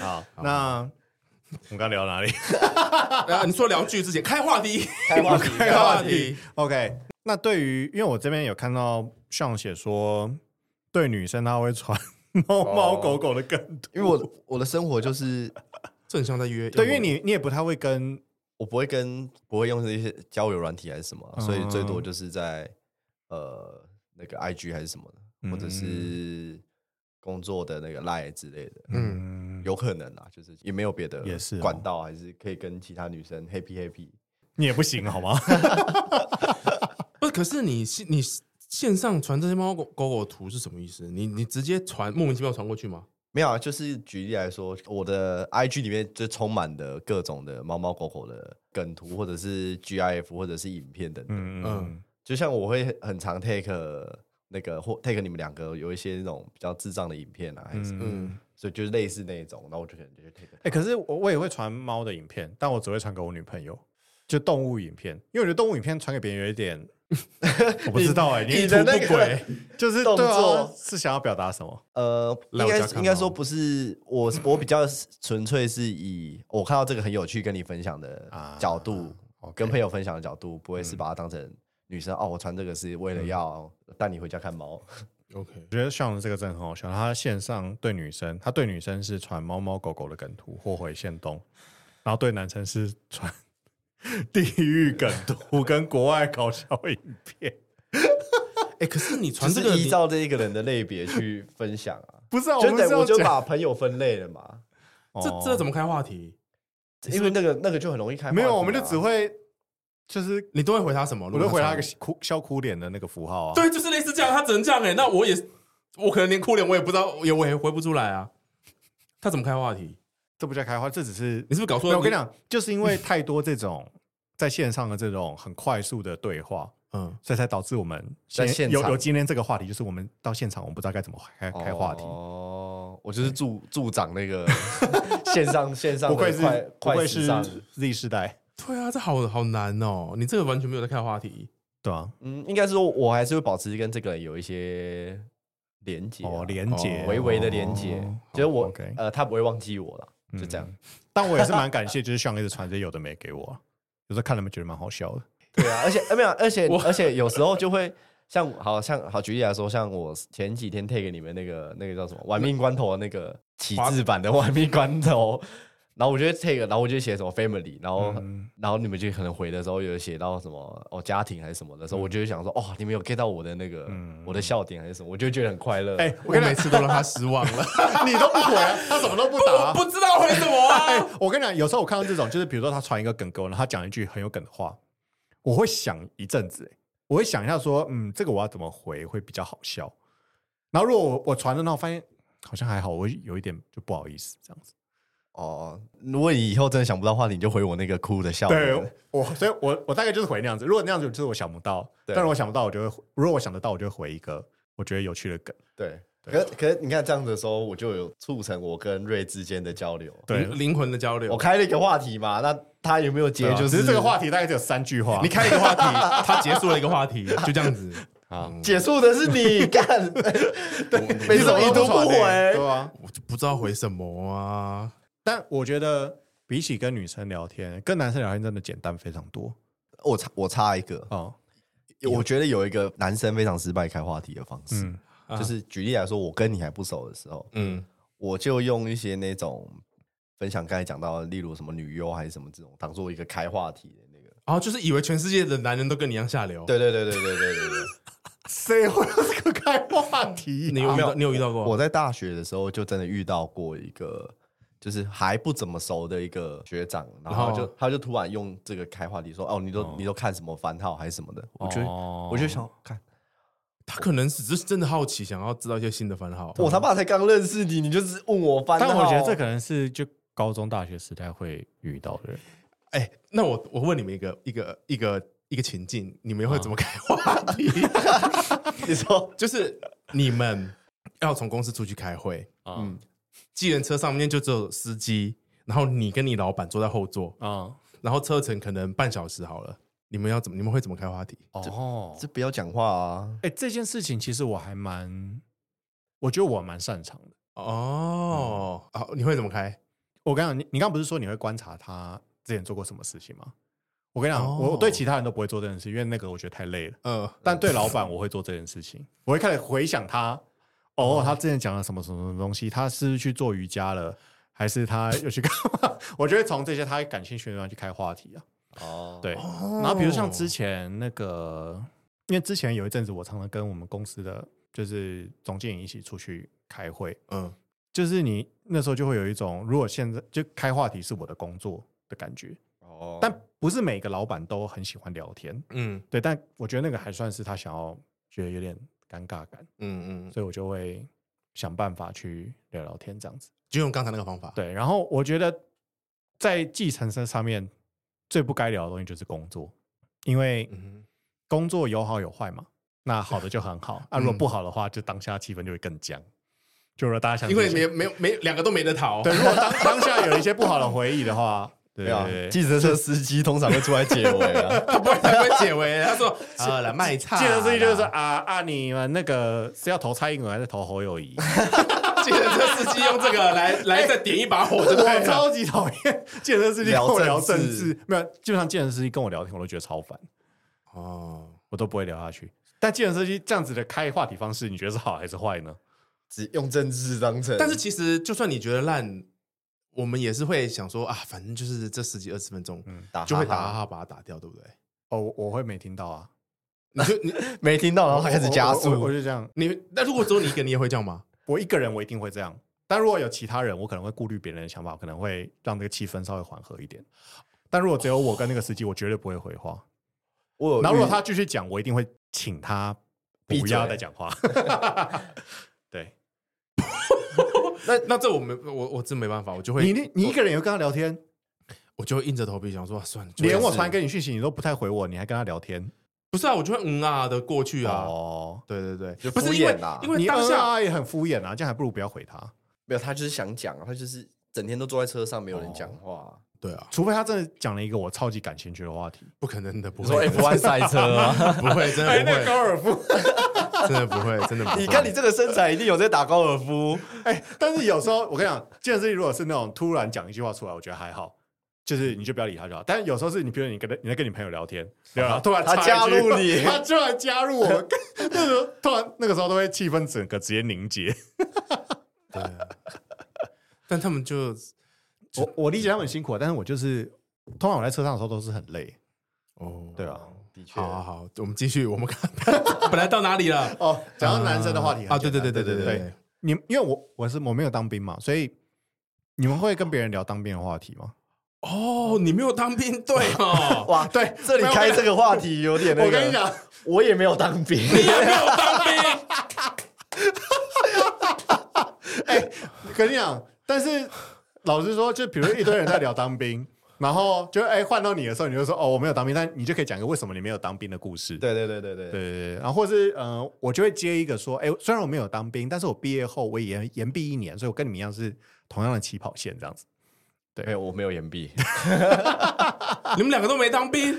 S1: 好，那我们刚聊到哪里
S2: 啊，你说聊剧之前开话题，
S3: 开 话题，
S2: 开话题，
S1: ？OK，那对于因为我这边有看到上写说，对女生她会传猫猫狗狗的梗图，
S3: 因为我我的生活就是
S2: 正像在约。
S1: 对，因为你你也不太会跟
S3: 我不会跟不会用这些交友软体还是什么，啊所以最多
S1: 嗯
S3: 就是在呃那个 IG 还是什么的，
S1: 嗯
S3: 或者是工作的那个 Line 之类的，
S2: 嗯，
S1: 嗯，
S3: 有可能啊，就是也没有别的
S1: 也是哦
S3: 管道，还是可以跟其他女生 happy happy。
S1: 你也不行好吗？
S2: 不是，可是你是你线上传这些猫狗狗狗图是什么意思？你你直接传莫名其妙传过去吗？
S3: 没有啊，就是举例来说，我的 IG 里面就充满了各种的猫猫狗狗的梗图，或者是 GIF，或者是影片等 等。
S1: 嗯嗯
S2: 嗯
S3: 就像我会很常 take 那个或 take 你们两个有一些那种比较智障的影片啊，还是什么
S1: 嗯。
S2: 嗯，
S3: 所以就是类似那一种，然后我就可能就去 take
S1: 哎、可是我我也会传猫的影片，但我只会传给我女朋友，就动物影片，因为我觉得动物影片传给别人有一 点，我不知道哎、
S3: 你
S1: 意图
S3: 的那
S1: 不
S3: 个
S1: 轨，就是
S3: 动
S1: 对啊
S3: 作，
S1: 是想要表达什么？
S3: 呃，
S2: 来我
S3: 应该
S2: 家
S3: 是
S2: 看
S3: 应该
S2: 猫
S3: 说不是我，我比较是纯粹是以我看到这个很有趣跟你分享的
S1: 啊
S3: 角度，
S1: OK 嗯
S3: 跟朋友分享的角度，不会是把它当成女生、哦，我穿这个是为了要带你回家看猫。
S2: OK，
S1: 我觉得像这个真的很好笑，他线上对女生，他对女生是传猫猫狗狗的梗图或回线动，然后对男生是传地狱梗图跟国外搞笑影片。
S2: 哎，可是你
S3: 就
S2: 传这
S3: 是
S2: 个
S3: 依照这一个人的类别去分享 啊，
S1: 不是、啊，
S3: 就
S1: 们是
S3: 等
S1: 要
S3: 我就
S1: 讲哦
S3: 把朋友分类了嘛，
S2: 你这这怎么开话题？
S3: 因为那个那个就很容易开、
S1: 没有，我们就只。会就是
S2: 你都会回他什么？
S1: 我就回他一
S2: 如
S1: 个
S2: 果
S1: 哭笑哭脸的那个符号啊。
S2: 他传，对，就是类似这样，他只能这样哎。那我也我可能连哭脸我也不知道，也我也回不出来啊。他怎么开话题？
S1: 这不叫开花，这只是
S2: 你是不是搞
S1: 没
S2: 错
S1: 有
S2: 了？
S1: 我跟你讲，就是因为太多这种在线上的这种很快速的对话，
S2: 嗯，
S1: 所以才导致我们
S3: 在
S1: 今天
S3: 现
S1: 有
S3: 场
S1: 有今天这个话题，就是我们到现场，我们不知道该怎么开开话题。
S3: 哦，我就是助助长那个 线 上线上
S1: 不
S3: 的
S1: 愧是
S3: 快
S1: 不
S3: 快
S1: 愧
S3: 时
S1: 是
S3: 尚
S1: Z 世代，
S2: 对啊，这好好难哦。你这个完全没有在开话题。
S1: 对啊，
S3: 嗯，应该说，我还是会保持跟这个人有一些连接、
S1: 哦，连接
S2: 哦
S3: 微微的连接，
S1: 哦
S3: 就是我、
S1: 好，OK
S3: 呃，他不会忘记我了，就这样。
S1: 嗯但我也是蛮感谢，就是像一直传这些有的没给我啊，有时候看了们觉得蛮好笑的。
S3: 对啊，而且呃没有，而且
S2: 我
S3: 而且有时候就会像好像好举例来说，像我前几天 take 你们那个那个叫什么“玩命关头”的那个启智版的“玩命关头”，然后我就会 take，然后我就写什么 family，然后、
S1: 嗯
S3: 然后你们就可能回的时候有写到什么哦家庭还是什么的时候，我就会想说哦，你们有 get 到我的那个、
S1: 嗯
S3: 我的笑点还是什么，我就觉得很快乐。
S1: 哎，
S2: 我
S1: 我跟你
S2: 每次都让他失望 了。
S1: 讲，你都不回啊，他什么都不答啊
S2: 我。不知道回什么
S1: 哎、
S2: 啊。
S1: 我跟你讲，有时候我看到这种，就是比如说他传一个梗给我，然后他讲一句很有梗的话，我会想一阵子、哎我会想一下说，嗯，这个我要怎么回会比较好笑。然后如果我我传了，那我发现好像还好，我会有一点就不好意思这样子。
S3: 哦，如果你以后真的想不到话题，你就回我那个哭的笑
S1: 对
S3: 点。
S1: 我，所以我我大概就是回那样子。如果那样子就是我想不到，
S3: 对
S1: 但是我想不到，我就会如果我想得到，我就会回一个我觉得有趣的梗。
S3: 对
S1: 对
S3: 可可是你看这样子的时候，我就有促成我跟瑞之间的交流。
S1: 对，
S2: 灵灵魂的交流。
S3: 我开了一个话题嘛，那他有没有
S1: 对
S3: 接
S1: 啊？
S3: 就是
S1: 只是这个话题大概只有三句话。
S2: 你开一个 话题，他结束了一个话题，就这样子。嗯
S3: 啊，结束的是你干，对，
S1: 你
S3: 没什么
S1: 么
S3: 一
S1: 都
S3: 读
S1: 传
S3: 不
S1: 哎
S3: 回。
S1: 对啊。
S2: 我就不知道回什么啊。
S1: 但我觉得比起跟女生聊天，跟男生聊天真的简单非常多
S3: 我插我插一个，
S1: 哦。
S3: 我觉得有一个男生非常失败开话题的方式，
S1: 嗯，
S2: 啊
S3: 就是举例来说，我跟你还不熟的时候，
S2: 嗯，
S3: 我就用一些那种分享刚才讲到的，例如什么女优还是什么这种，当做一个开话题的那个。
S2: 然后就是以为全世界的男人都跟你一样下流。，
S3: 对对对对对对对对。
S1: 谁会有这个开话题、
S2: 你有遇到？你有遇到过？
S3: 我在大学的时候就真的遇到过一个，就是还不怎么熟的一个学长，然后就、
S2: 哦
S3: 他就突然用这个开话题说：“哦，你都、你都看什么番号还是什么的？”我觉得、
S1: 哦
S3: 我就想看，
S2: 他可能只是真的好奇，想要知道一些新的番号。
S3: 我他爸才刚认识你，你就是问我番号，
S1: 但我觉得这可能是就高中、大学时代会遇到的人。
S2: 哎，那我我问你们一个一个一个一个情境，你们会怎么开话 题？
S3: 你说
S2: 就是你们要从公司出去开会，
S1: 嗯，
S2: 计程车上面就只有司机，然后你跟你老板坐在后座，
S1: 啊，
S2: 然后车程可能半小时好了，你们要怎么？你们会怎么开话题？
S1: 哦
S3: 这不要讲话啊！
S1: 哎、这件事情其实我还蛮，我觉得我蛮擅长的。
S2: 哦，哦，你会怎么开？
S1: 我跟你讲，你你刚刚不是说你会观察他之前做过什么事情吗？我跟你讲，
S2: 哦
S1: 我对其他人都不会做这件事，因为那个我觉得太累了。
S2: 呃，
S1: 但对 老板，我会做这件事情，我会开始回想他，哦，他之前讲了什么什么什么东西，他是不是去做瑜伽了，还是他又去干嘛？ 我就会从这些他感兴趣的地方去开话题啊。
S3: 哦，
S1: 对，
S2: 哦
S1: 然后比如像之前那个，因为之前有一阵子我常常跟我们公司的就是总经理一起出去开会，
S2: 嗯
S1: 就是你那时候就会有一种，如果现在就开话题是我的工作的感觉，
S3: 哦
S1: 但不是每个老板都很喜欢聊天，
S2: 嗯
S1: 对，但我觉得那个还算是他想要觉得有点尴尬感，
S2: 嗯嗯，
S1: 所以我就会想办法去聊聊天这样子。
S2: 就用刚才那个方法。，
S1: 对，然后我觉得在继承身上面最不该聊的东西就是工作，因为
S2: 嗯
S1: 工作有好有坏嘛，那好的就很好，啊，如果
S2: 嗯
S1: 不好的话，就当下气氛就会更僵，就是大家想
S2: 哼，因为
S1: 进去
S2: 没没有没两个都没得逃。
S1: 对，如果当当下有一些不好的回忆的话， 对
S3: 对啊，
S1: 对对
S3: 计程车司机通常会出来结尾 啊。
S2: 他不会他不会解围，他说啊来卖菜，
S1: 记得司机就是说啊啊，你们那个是要投蔡英文还是投侯友谊？
S2: 计程车司机用这个来来再点一把火，就对
S1: 我
S2: 了。
S1: 超级讨厌健身司机跟我啊聊
S3: 聊
S1: 政
S3: 政治
S1: 治，没有，基本上健身司机跟我聊天我都觉得超烦，
S2: 哦，
S1: 我都不会聊下去。但健身司机这样子的开话题方式，你觉得是好还是坏呢？
S3: 只用政治当成，
S2: 但是其实就算你觉得烂，我们也是会想说啊，反正就是这十几二十分钟，
S1: 嗯，
S3: 打哈哈
S2: 就会打哈哈把它打掉，对不对？
S1: 哦，我我会没听到啊，
S2: 你就你
S3: 没听到，然哦后他开始加
S1: 我我我我
S3: 速，
S1: 就这样，
S2: 你，那如果只有你一个，你也会这 样吗？
S1: 我一个人我一定会这样，但如果有其他人，我可能会顾虑别人的想法，可能会让这个气氛稍微缓和一点。但如果只有我跟那个司机，我绝对不会回话。
S3: 我有
S1: 然后如果
S3: 遇
S1: 他继续讲，我一定会请他
S3: 闭
S1: 不
S3: 嘴
S1: 要再讲话。对
S2: 那那这我没我我真没办法，我就会
S1: 你，你你一个人有跟他聊天，
S2: 我就会硬着头皮想说、啊算了，就
S1: 连我
S2: 是
S1: 传给你讯息你都不太回我，你还跟他聊天？
S2: 不是啊，我就会嗯啊的过去啊。
S1: 哦，
S2: 对对对，
S3: 就
S2: 不
S3: 敷
S2: 是因为
S3: 衍啦
S2: 因为
S1: 你
S2: 当
S1: 嗯
S2: 下
S1: 啊也很敷衍啊，这样还不如不要回他。
S3: 没有，他就是想讲，啊他就是整天都坐在车上，没有人讲话。
S2: 对啊，
S1: 除非他真的讲了一个我超级感兴趣的话题，
S2: 不可能的，不
S3: 你说
S2: 会
S3: F1 赛车 啊？
S2: 不会，真的
S1: 哎
S2: 不会，
S1: 尔夫，
S2: 真的不会， 真的不会。
S3: 你看你这个身材，一定有在打高尔夫。
S1: 哎，但是有时候我跟你讲，这件事情如果是那种突然讲一句话出来，我觉得还好。就是你就不要理他就好，但是有时候是你，比如你跟他你在跟你朋友聊天，对吧？突然
S3: 啊他
S1: 插一句
S3: 加入 你
S1: 他突然加入我 们，那时候突然那个时候都会气氛整个直接凝结。
S2: 对啊，但他们就
S1: 我我理解他们很辛苦，啊，但是我就是通常我在车上的时候都是很累，
S2: 哦，
S1: 对啊。
S3: 的确
S2: 好，好好，我们继续，我们看 本来到哪里了？
S1: 哦，讲到男生的话题
S2: 啊，对对对对对
S1: 对
S2: 对对，
S1: 你因为我我是我没有当兵嘛，所以你们会跟别人聊当兵的话题吗？
S2: 哦，你没有当兵对哦，
S3: 哇，
S1: 对
S3: 这里开这个话题有点那个。
S1: 我跟你，讲，
S3: 我也没有当兵，
S2: 没有当兵，
S1: 我跟你讲，啊但是老实说，就比如一堆人在聊当兵，然后就哎换到你的时候，你就说哦我没有当兵，但你就可以讲一个为什么你没有当兵的故事。
S3: 对对对对
S1: 对
S3: 对
S1: 对对，然后或是呃，我就会接一个说，哎，虽然我没有当兵，但是我毕业后我也延延毕一年，所以我跟你们一样是同样的起跑线这样子。
S3: 没有，我没有岩壁，
S2: 你们两个都没当兵，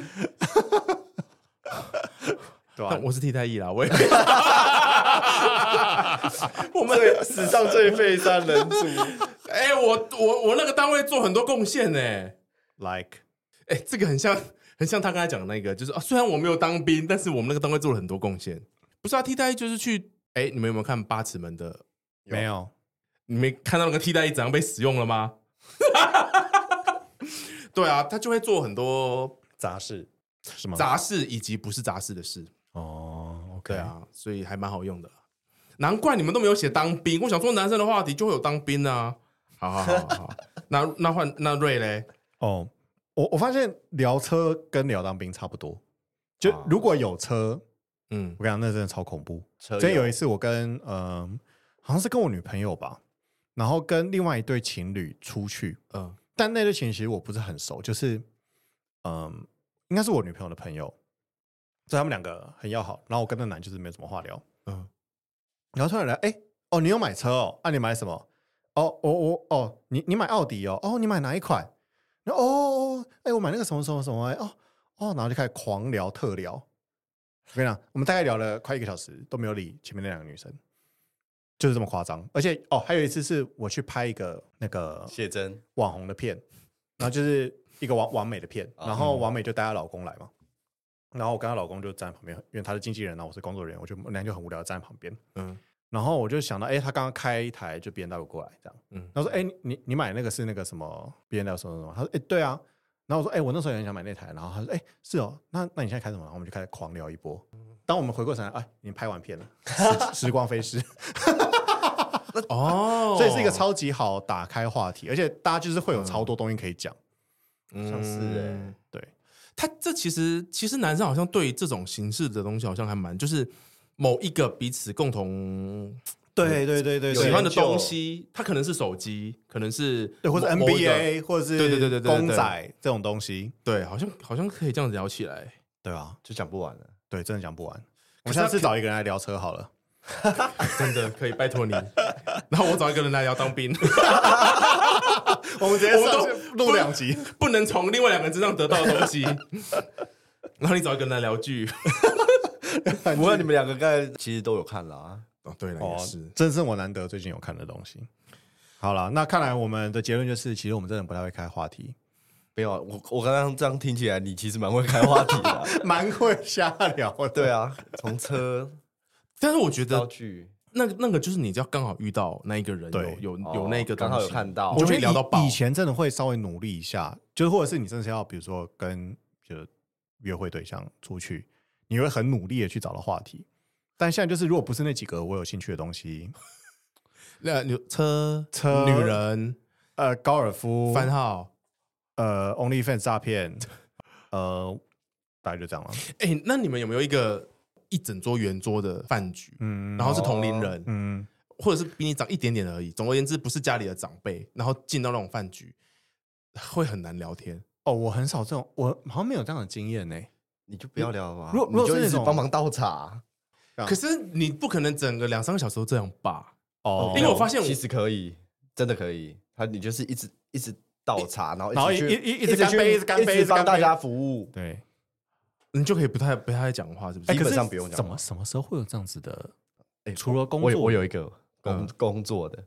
S1: 对吧、
S2: 但我是替代役啦，我也
S3: 我们史上最废三人组，
S2: 哎，我我我那个单位做很多贡献呢，
S1: Like
S2: 哎，这个很像很像他刚才讲的那个，就是啊，虽然我没有当兵，但是我们那个单位做了很多贡献，不是啊，替代役就是去，哎，你们有没有看八尺门的？
S3: 有
S1: 没有，
S2: 你没看到那个替代役怎样被使用了吗？ 对啊，他就会做很多
S1: 杂事是吗？
S2: 杂事以及不是杂事的事。
S1: 哦，OK
S2: 对，啊，所以还蛮好用的啦。难怪你们都没有写当兵，我想说男生的话题就会有当兵啊。好好好好好，那那换那瑞嘞，
S1: 哦，我我发现聊车跟聊当兵差不多，就
S3: 啊
S1: 如果有车，
S2: 嗯
S1: 我跟你讲，那真的超恐怖。
S3: 车友
S1: 所以有一次我跟嗯、好像是跟我女朋友吧，然后跟另外一对情侣出去，
S2: 嗯
S1: 但那对情侣其实我不是很熟，就是嗯、应该是我女朋友的朋友，所以他们两个很要好，然后我跟那男就是没有什么话聊，
S2: 嗯，
S1: 然后突然来，哎、哦，你有买车哦？啊，你买什么？哦，我我哦，你你买奥迪哦，哦，你买哪一款？然后哦，哦哎，我买那个什么什么什么，哎哦哦，然后就开始狂聊特聊。我跟你讲，我们大概聊了快一个小时，都没有理前面那两个女生，就是这么夸张。而且哦，还有一次是我去拍一个那个
S4: 写真，
S1: 网红的片，然后就是一个王王美的片，
S2: 哦
S4: 啊
S1: 然后王美就带她老公来嘛，然后我跟她老公就站在旁边，因为她是经纪人，然后我是工作人员，我就我们俩就很无聊地站在旁边，
S2: 嗯
S1: 然后我就想到，哎、她刚刚开一台就 B N W 过来这样，
S2: 嗯，
S1: 然后说，哎、你你买那个是那个什么 B N W 什么什么，她说，哎、对啊，然后我说，哎、我那时候也很想买那台，然后她说，哎、是哦，那那你现在开什么？然后我们就开始狂聊一波。当我们回过神来，哎，你拍完片了，时 时光飞逝。
S2: 哦，
S1: 所以是一个超级好打开话题，而且大家就是会有超多东西可以讲。
S4: 像是
S2: 嗯
S4: 欸
S1: 对，
S2: 他这其实其实男生好像对这种形式的东西好像还蛮就是某一个彼此共同
S1: 对对对对
S4: 有
S2: 喜欢
S4: 研
S2: 的
S4: 究
S2: 东西，它可能是手机，可能是
S1: 对，或者
S2: 某某一个
S1: NBA，或者是
S2: 对对对对对对
S1: 公仔这种东西，
S2: 对，好像好像可以这样子聊起来。
S1: 对啊，
S3: 就讲不完了。
S1: 对，真的讲不完。我们
S2: 可是他
S1: 下次找一个人来聊车好了。
S2: 真的可以拜托你。 然后我找一个人来聊当兵，
S1: 我们直接
S2: 我们
S1: 上
S2: 都
S1: 去录两集，
S2: 不能从另外两个人身上得到的东西。 然后你找一个人来聊剧。
S3: 不过你们两个刚才其实都有看了啊，
S2: 哦，对了，
S1: 哦
S2: 也是，，
S1: 真是我难得最近有看的东西。好了，那看来我们的结论就是，其实我们真的不太会开话题，
S3: 没有啊？我我刚刚这样听起来，你其实蛮会开话题的啊、
S1: 蛮会瞎聊的。
S3: 对啊，从车
S2: 但是我觉
S3: 道
S2: 得
S3: 具，
S2: 那个那个就是你只要刚好遇到那一个人
S1: 对
S2: 有有
S3: 哦
S2: 有那个东西
S3: 刚好有看到
S2: 你就
S1: 我觉
S2: 会
S1: 得
S2: 聊到爆
S1: 以以。前真的会稍微努力一下，就是或者是你真的是要，比如说跟就约会对象出去，你会很努力的去找到话题。但现在就是，如果不是那几个我有兴趣的东 西，
S2: 那你车
S1: 车
S2: 女人
S1: 呃，高尔夫、
S2: 番号，
S1: 呃，OnlyFans 诈骗，呃，大概就这样了。
S2: 哎，那你们有没有一个一整桌圆桌的饭局？
S1: 嗯，
S2: 然后是同龄人，
S1: 嗯，
S2: 或者是比你长一点点而已。总而言之，不是家里的长辈，然后进到那种饭局，会很难聊天。
S1: 哦，我很少这种，我好像没有这样的经验呢、
S3: 你就不要聊了嘛。
S1: 如果
S3: 你
S1: 如果
S3: 就是一
S1: 那
S3: 直
S1: 种
S3: 帮忙倒茶，
S1: 啊
S2: 可是你不可能整个两三个小时都这样吧？
S1: 哦，
S2: 因为我发现我
S3: 其实可以，真的可以。他你就是一直一直倒茶，然后
S1: 然后
S3: 直
S1: 一
S3: 去
S1: 一一
S3: 一
S1: 一直干
S3: 去
S1: 杯一直干杯
S3: 一
S1: 一
S3: 直
S1: 直干
S3: 帮大
S1: 杯
S3: 家服务。
S1: 对，
S2: 你就可以不太不太讲话，是不是？
S1: 哎
S3: 基
S1: 可
S3: 本
S1: 是
S3: 上不用讲
S1: 怎么
S3: 话
S1: 什么时候会有这样子的？
S3: 哎
S1: 除了工
S3: 我有
S1: 作
S3: 我有一个工
S2: 嗯
S3: 工作的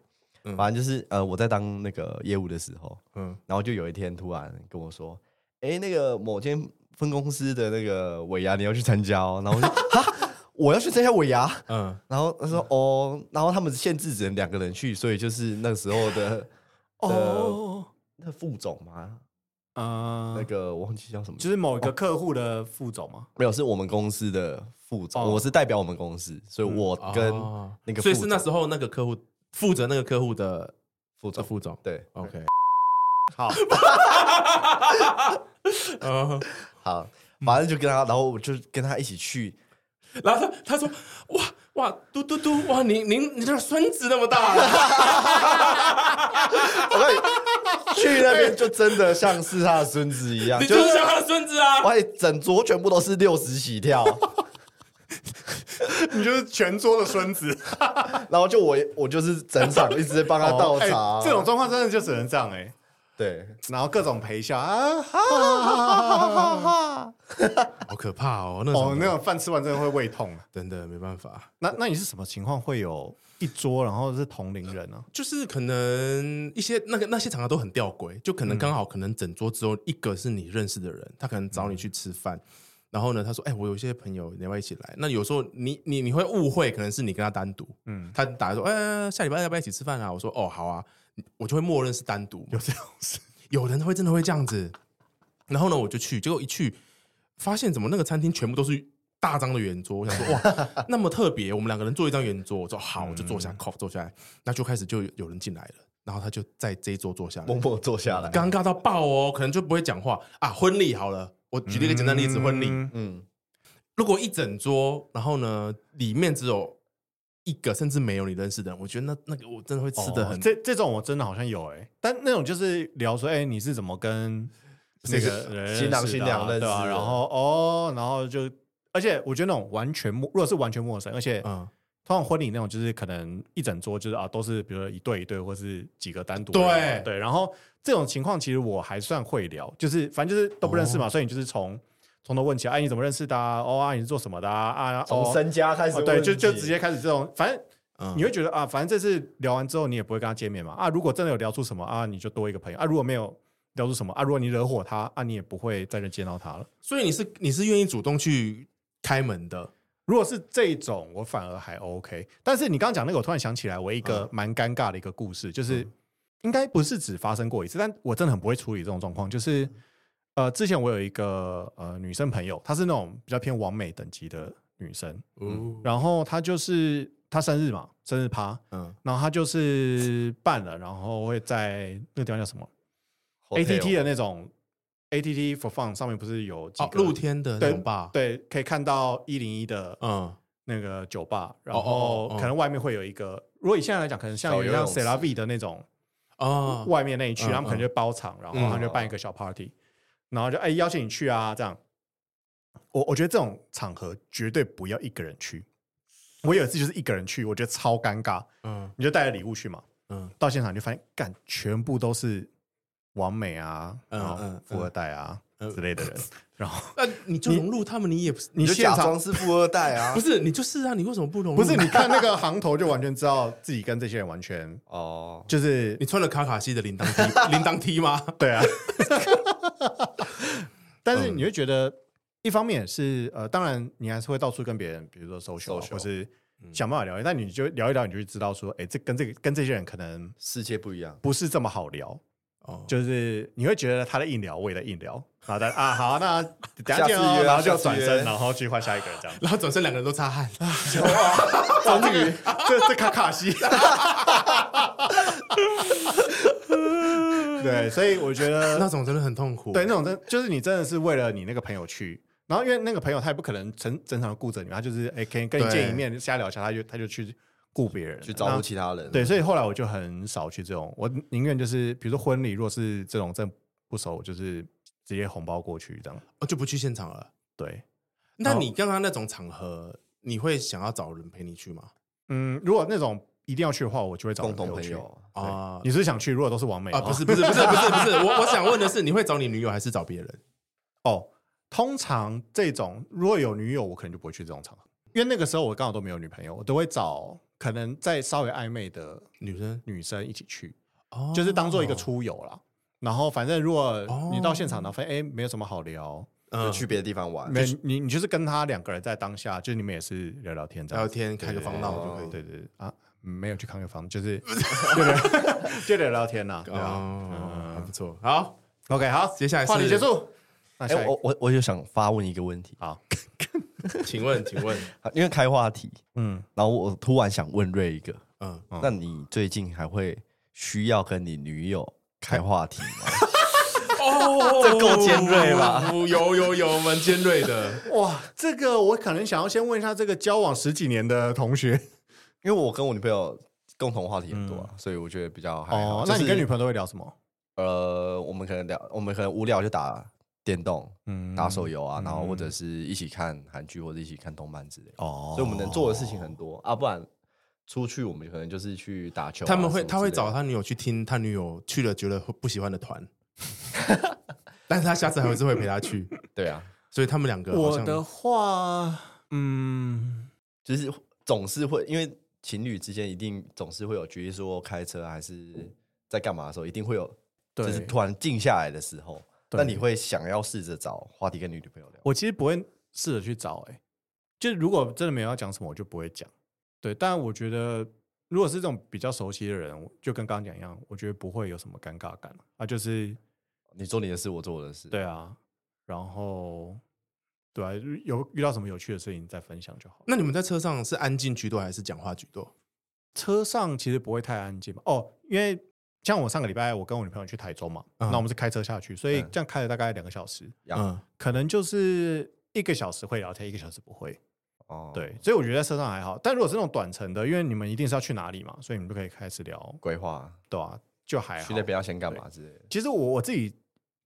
S2: 嗯，
S3: 反正就是呃，我在当那个业务的时候，
S2: 嗯，
S3: 然后就有一天突然跟我说：“哎，那个某间分公司的那个尾牙你要去参加哦。”然后我就 哈，我要去参加尾牙。
S2: 嗯，
S3: 然后他说：“哦，然后他们限制只能两个人去，所以就是那时候的
S1: 哦，
S3: 那副总嘛，
S1: 呃
S3: 那个我忘记叫什么，
S1: 就是某一个客户的副总嘛。
S3: 没有是我们公司的副总，
S1: 哦嗯
S3: 我是代表我们公司，所以我跟
S2: 哦
S3: 那个副
S2: 所以是那
S3: 总
S2: 时候那个客户负责那个客户的
S3: 副
S2: 的
S3: 总
S2: 副总。
S3: 对
S2: OK，
S1: 好，
S2: 嗯，
S3: 好，反正就跟他，然后我就跟他一起去，
S2: 然后他他说哇哇嘟嘟嘟哇，您您您这孙子那么大、啊，
S3: 去那边就真的像是他的孙子一样，
S2: 你
S3: 就
S2: 就是
S3: 是
S2: 像他的孙子啊。
S3: 哇，整桌全部都是六十起跳，
S1: 你就是全桌的孙子。
S3: 然后就我我就是整场一直在 帮他倒茶，啊
S1: 哦哎这种状况真的就只能这样哎、
S3: 对，
S1: 然后各种陪笑啊，哈哈哈哈哈哈
S2: 好可怕哦，那
S1: 哦
S2: 种，
S1: 那种饭吃完真的会胃痛。
S2: 真的没办法。
S1: 那那你是什么情况会有一桌，然后是同龄人呢、
S2: 就是可能一些那个那些场合都很吊诡，就
S3: 嗯
S2: 可能刚好可能整桌只有一个是你认识的人，他可能
S3: 嗯
S2: 找你去吃饭，然后呢，他说：“哎、我有一些朋友，你要不要一起来？”那有时候你你你会误会，可能是你跟他单独，嗯，他打来说：“哎、下礼拜要不要一起吃饭啊？”我说：“哦，好啊。”我就会默认是单独嘛，有这样子，有人会真的会这样子。然后呢，我就去，结果一去发现怎么那个餐厅全部都是。大张的圆桌，我想说哇，那么特别，我们两个人坐一张圆桌，我说好，我就坐下，靠，坐下来，那就开始就有人进来了，然后他就在这一桌坐下
S3: 默
S2: 来，
S3: 默坐下来，
S2: 尴尬到爆哦，可能就不会讲话啊。婚礼好了，我举了一个简单例子，婚礼
S1: 嗯
S3: 嗯，
S2: 如果一整桌，然后呢，里面只有一个甚至没有你认识的人，我觉得那那个我真的会吃的
S1: 哦
S2: 很。
S1: 这这种我真的好像有哎、但那种就是聊说，哎、你是怎么跟那个人认识的啊
S3: 新郎新娘认识
S1: 对吧、
S3: 的
S1: 然后哦，然后就，而且我觉得那种完全陌，如果是完全陌生，而且
S2: 嗯
S1: 通常婚礼那种就是可能一整桌就是啊都是比如说一对一对或是几个单独的
S2: 对
S1: 人对，然后这种情况其实我还算会聊，就是反正就是都不认识嘛，所以你就是从从头问起，哎、你怎么认识的、啊？哦啊你是做什么的啊？啊
S4: 从
S1: 哦
S4: 身家开始
S1: 哦
S4: 问起、
S1: 对，就就直接开始这种，反正
S2: 嗯
S1: 你会觉得啊，反正这次聊完之后你也不会跟他见面嘛啊，如果真的有聊出什么啊，你就多一个朋友啊，如果没有聊出什么啊，如果你惹火他啊，你也不会再见到他了。
S2: 所以你是你是愿意主动去开门的，
S1: 如果是这种，我反而还 OK。但是你刚刚讲那个，我突然想起来，我一
S2: 嗯
S1: 个蛮尴尬的一个故事，就是应该不是只发生过一次，但我真的很不会处理这种状况。就是
S2: 嗯
S1: 呃，之前我有一个呃女生朋友，她是那种比较偏完美等级的女生，
S2: 嗯
S1: 然后她就是她生日嘛，生日趴，
S2: 嗯，
S1: 然后她就是办了，然后会在那个地方叫什么 ATT 的那种 ATT for fun 上面不是有几
S2: 哦，
S1: 个
S2: 露天的那
S1: 对
S2: 种吧，，
S1: 对，可以看到一零一的
S2: 嗯，
S1: 那个酒吧，然
S2: 哦
S1: 后
S2: 哦哦
S1: 可能外面会有一个，如果以现在来讲，可能像
S4: 小
S1: 有点
S4: 游
S1: 像
S4: 泳池
S1: c e l a v i 的那种
S2: 啊，
S1: 外面那一区，
S2: 嗯
S1: 他们可能就包场，然后
S2: 嗯
S1: 他们就办一个小 party，然后就哎邀请你去啊，这样。我我觉得这种场合绝对不要一个人去。我有一次就是一个人去，我觉得超尴尬。
S2: 嗯
S1: 你就带了礼物去嘛，
S2: 嗯
S1: 到现场你就发现，干全部都是完美啊，
S2: 嗯
S1: 然
S2: 嗯
S1: 后
S2: 嗯
S1: 富二代啊之类 的人，然后
S2: 那你就融入他们，你也不是，
S1: 你
S3: 你就
S1: 现
S3: 假
S1: 场
S3: 装是富二代啊
S2: 不？是你就是啊，你为什么不融入？
S1: 不是你看那个行头就完全知道自己跟这些人完全
S3: 哦，
S1: 就是
S2: 你穿了卡卡西的铃铛 T 铃铛 T 吗？
S1: 对 啊，但
S3: 嗯
S1: 是你会觉得，一方面是呃，当然你还是会到处跟别人，比如说 social，, 啊
S3: social 嗯
S1: 或是想办法聊，但你就聊一聊，你就会知道说，哎、这跟这个跟这些人可能
S3: 世界不一样。
S1: 不是这么好聊，
S2: 哦，。
S1: 就是你会觉得他在硬聊，我也在硬聊，然后但啊好，那等一
S3: 下
S1: 下
S3: 次
S1: 见哦，
S3: 约啊
S1: 然后
S3: 下
S1: 就
S3: 次
S1: 转
S3: 约
S1: 身，然后去换下一个人这样
S2: 然后转身两个人都擦 汗，
S1: 终于，这这卡卡 西。对，所以我觉得
S2: 那种真的很痛苦。
S1: 对，那种真就是你真的是为了你那个朋友去，然后因为那个朋友他也不可能整整场顾着你嘛，他就是哎、可以跟你见一面瞎聊一下，他就他就去顾别人了，
S3: 去照顾
S1: 那
S3: 其他人，
S1: 啊对，，所以后来我就很少去这种，我宁愿就是比如说婚礼，如果是这种真不熟，我就是直接红包过去这样。
S2: 哦就不去现场了。哦
S1: 对，
S2: 那
S1: 然后
S2: 你刚刚那种场合，你会想要找人陪你去吗？
S1: 嗯，如果那种一定要去的话，我就会找
S3: 共
S1: 人陪
S3: 同
S1: 我
S3: 朋
S1: 去。
S3: 友
S1: 对
S2: 啊
S1: 你是不是想去？如果都是完美
S2: 啊，
S1: 的
S2: 不
S1: 话
S2: 是不是不是不是不是，我我想问的是，你会找你女友还是找别人？
S1: 哦，通常这种如果有女友，我可能就不会去这种场合，因为那个时候我刚好都没有女朋友，我都会找可能再稍微暧昧的
S2: 女生
S1: 女生一起去，
S2: 哦
S1: 就是当做一个出游啦。然后反正如果你到现场
S2: 哦
S1: 呢，发现哎没有什么好聊，
S2: 嗯
S3: 就去别的地方玩。
S1: 没你你啊就是跟他两个人在当下，就是你们也是聊聊天这
S2: 聊
S1: 样。
S2: 天开个房闹就可以。
S1: 对对对啊，没有去看个房，就是 就聊 就聊聊天呐，对啊。
S2: 哦，还不错。好，
S1: OK，好，
S2: 接下来
S1: 话题
S2: 是
S1: 结束。那
S3: 哎、
S1: 下一
S3: 我
S1: 个
S3: 我我就想发问一个问题，啊
S1: 好，
S2: 请问，请 问，
S3: 因为开话题，
S1: 嗯，
S3: 然后我突然想问瑞一个，
S2: 嗯，
S1: 嗯
S3: 那你最近还会需要跟你女友开话题 吗？
S2: 哦，
S3: 这够尖锐吧？
S2: 有有有，蛮尖锐 的。
S1: 哇，这个我可能想要先问一下这个交往十几年的同学
S3: 因为我跟我女朋友共同话题很多、啊，所以我觉得比较还好。
S1: 嗯哦那你跟女
S3: 友
S1: 朋友都会聊什么？
S3: 呃，我们可能聊，我们可能无聊就打电动、
S1: 嗯
S3: 打手游啊，
S1: 嗯
S3: 然后或者是一起看韩剧或者一起看动漫之类的。
S1: 哦
S3: 所以我们能做的事情很多啊，不然出去我们可能就是去打球啊、
S2: 他们会
S3: 什么之类的
S2: 他会找他女友去听他女友去了觉得会不喜欢的 团，但是他下次还是会陪他去，
S3: 对啊，
S2: 所以他们两个好
S1: 我
S2: 像
S1: 的话，嗯，
S3: 就是总是会，因为情侣之间一定总是会有，举例说开车啊还是在干嘛的时候，一定会有，
S1: 对
S3: 就是突然静下来的时候，
S1: 对
S3: 那你会想要试着找话题跟你女朋友聊。
S1: 我其实不会试着去找、欸，哎，就是如果真的没有要讲什么，我就不会讲。对，但我觉得如果是这种比较熟悉的人，就跟刚刚讲一样，我觉得不会有什么尴尬感啊，就是
S3: 你做你的事，我做我的事。
S1: 对啊，然后对啊，有遇到什么有趣的事情再分享就好了。
S2: 那你们在车上是安静居多还是讲话居多？
S1: 车上其实不会太安静嘛。哦，因为像我上个礼拜我跟我女朋友去台中嘛，
S2: 嗯
S1: 那我们是开车下去，所以
S3: 嗯
S1: 这样开了大概两个小时，
S3: 呀，
S2: 嗯，
S1: 可能就是一个小时会聊天，一个小时不会。
S3: 哦，
S1: 对，，所以我觉得在车上还好。但如果是那种短程的，因为你们一定是要去哪里嘛，所以你们就可以开始聊，
S3: 规划
S1: 对啊，就还好
S3: 去。那边要先干嘛之类的。
S1: 其实我我自己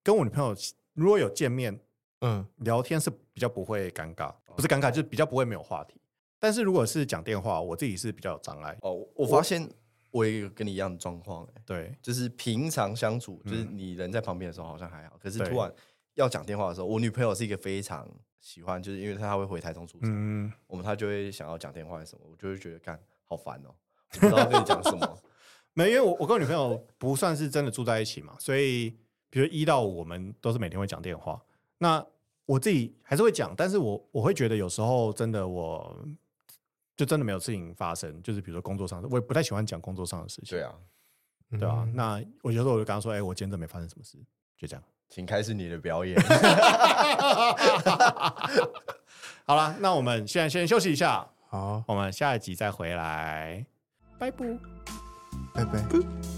S1: 跟我女朋友如果有见面
S2: 嗯，
S3: 哦
S1: 聊天是比较不会尴尬，不是尴尬，就是比较不会没有话题。但是如果是讲电话，我自己是比较有障碍。
S3: 哦，我我发现我也有跟你一样的状况、欸，
S1: 对，
S3: 就是平常相处，就是
S1: 嗯
S3: 你人在旁边的时候好像还好，可是
S1: 对
S3: 突然要讲电话的时候，我女朋友是一个非常喜欢，就是因为她会回台中出差，
S1: 嗯，
S3: 我们她就会想要讲电话什么，我就会觉得干好烦哦、我不知道跟你讲什么。
S1: 没，因为我我跟我女朋友不算是真的住在一起嘛，所以比如一到五我们都是每天会讲电话。那我自己还是会讲，但是我我会觉得有时候真的我就真的没有事情发生，就是比如说工作上的，我也不太喜欢讲工作上的事情。
S3: 对啊，
S1: 对啊，那我有时候我就跟他说，哎、我今天真的没发生什么事，就这样。
S3: 请开始你的表演。
S1: 好了，那我们现在先休息一下，
S2: 好，
S1: 我们下一集再回来，拜拜。
S2: 拜拜。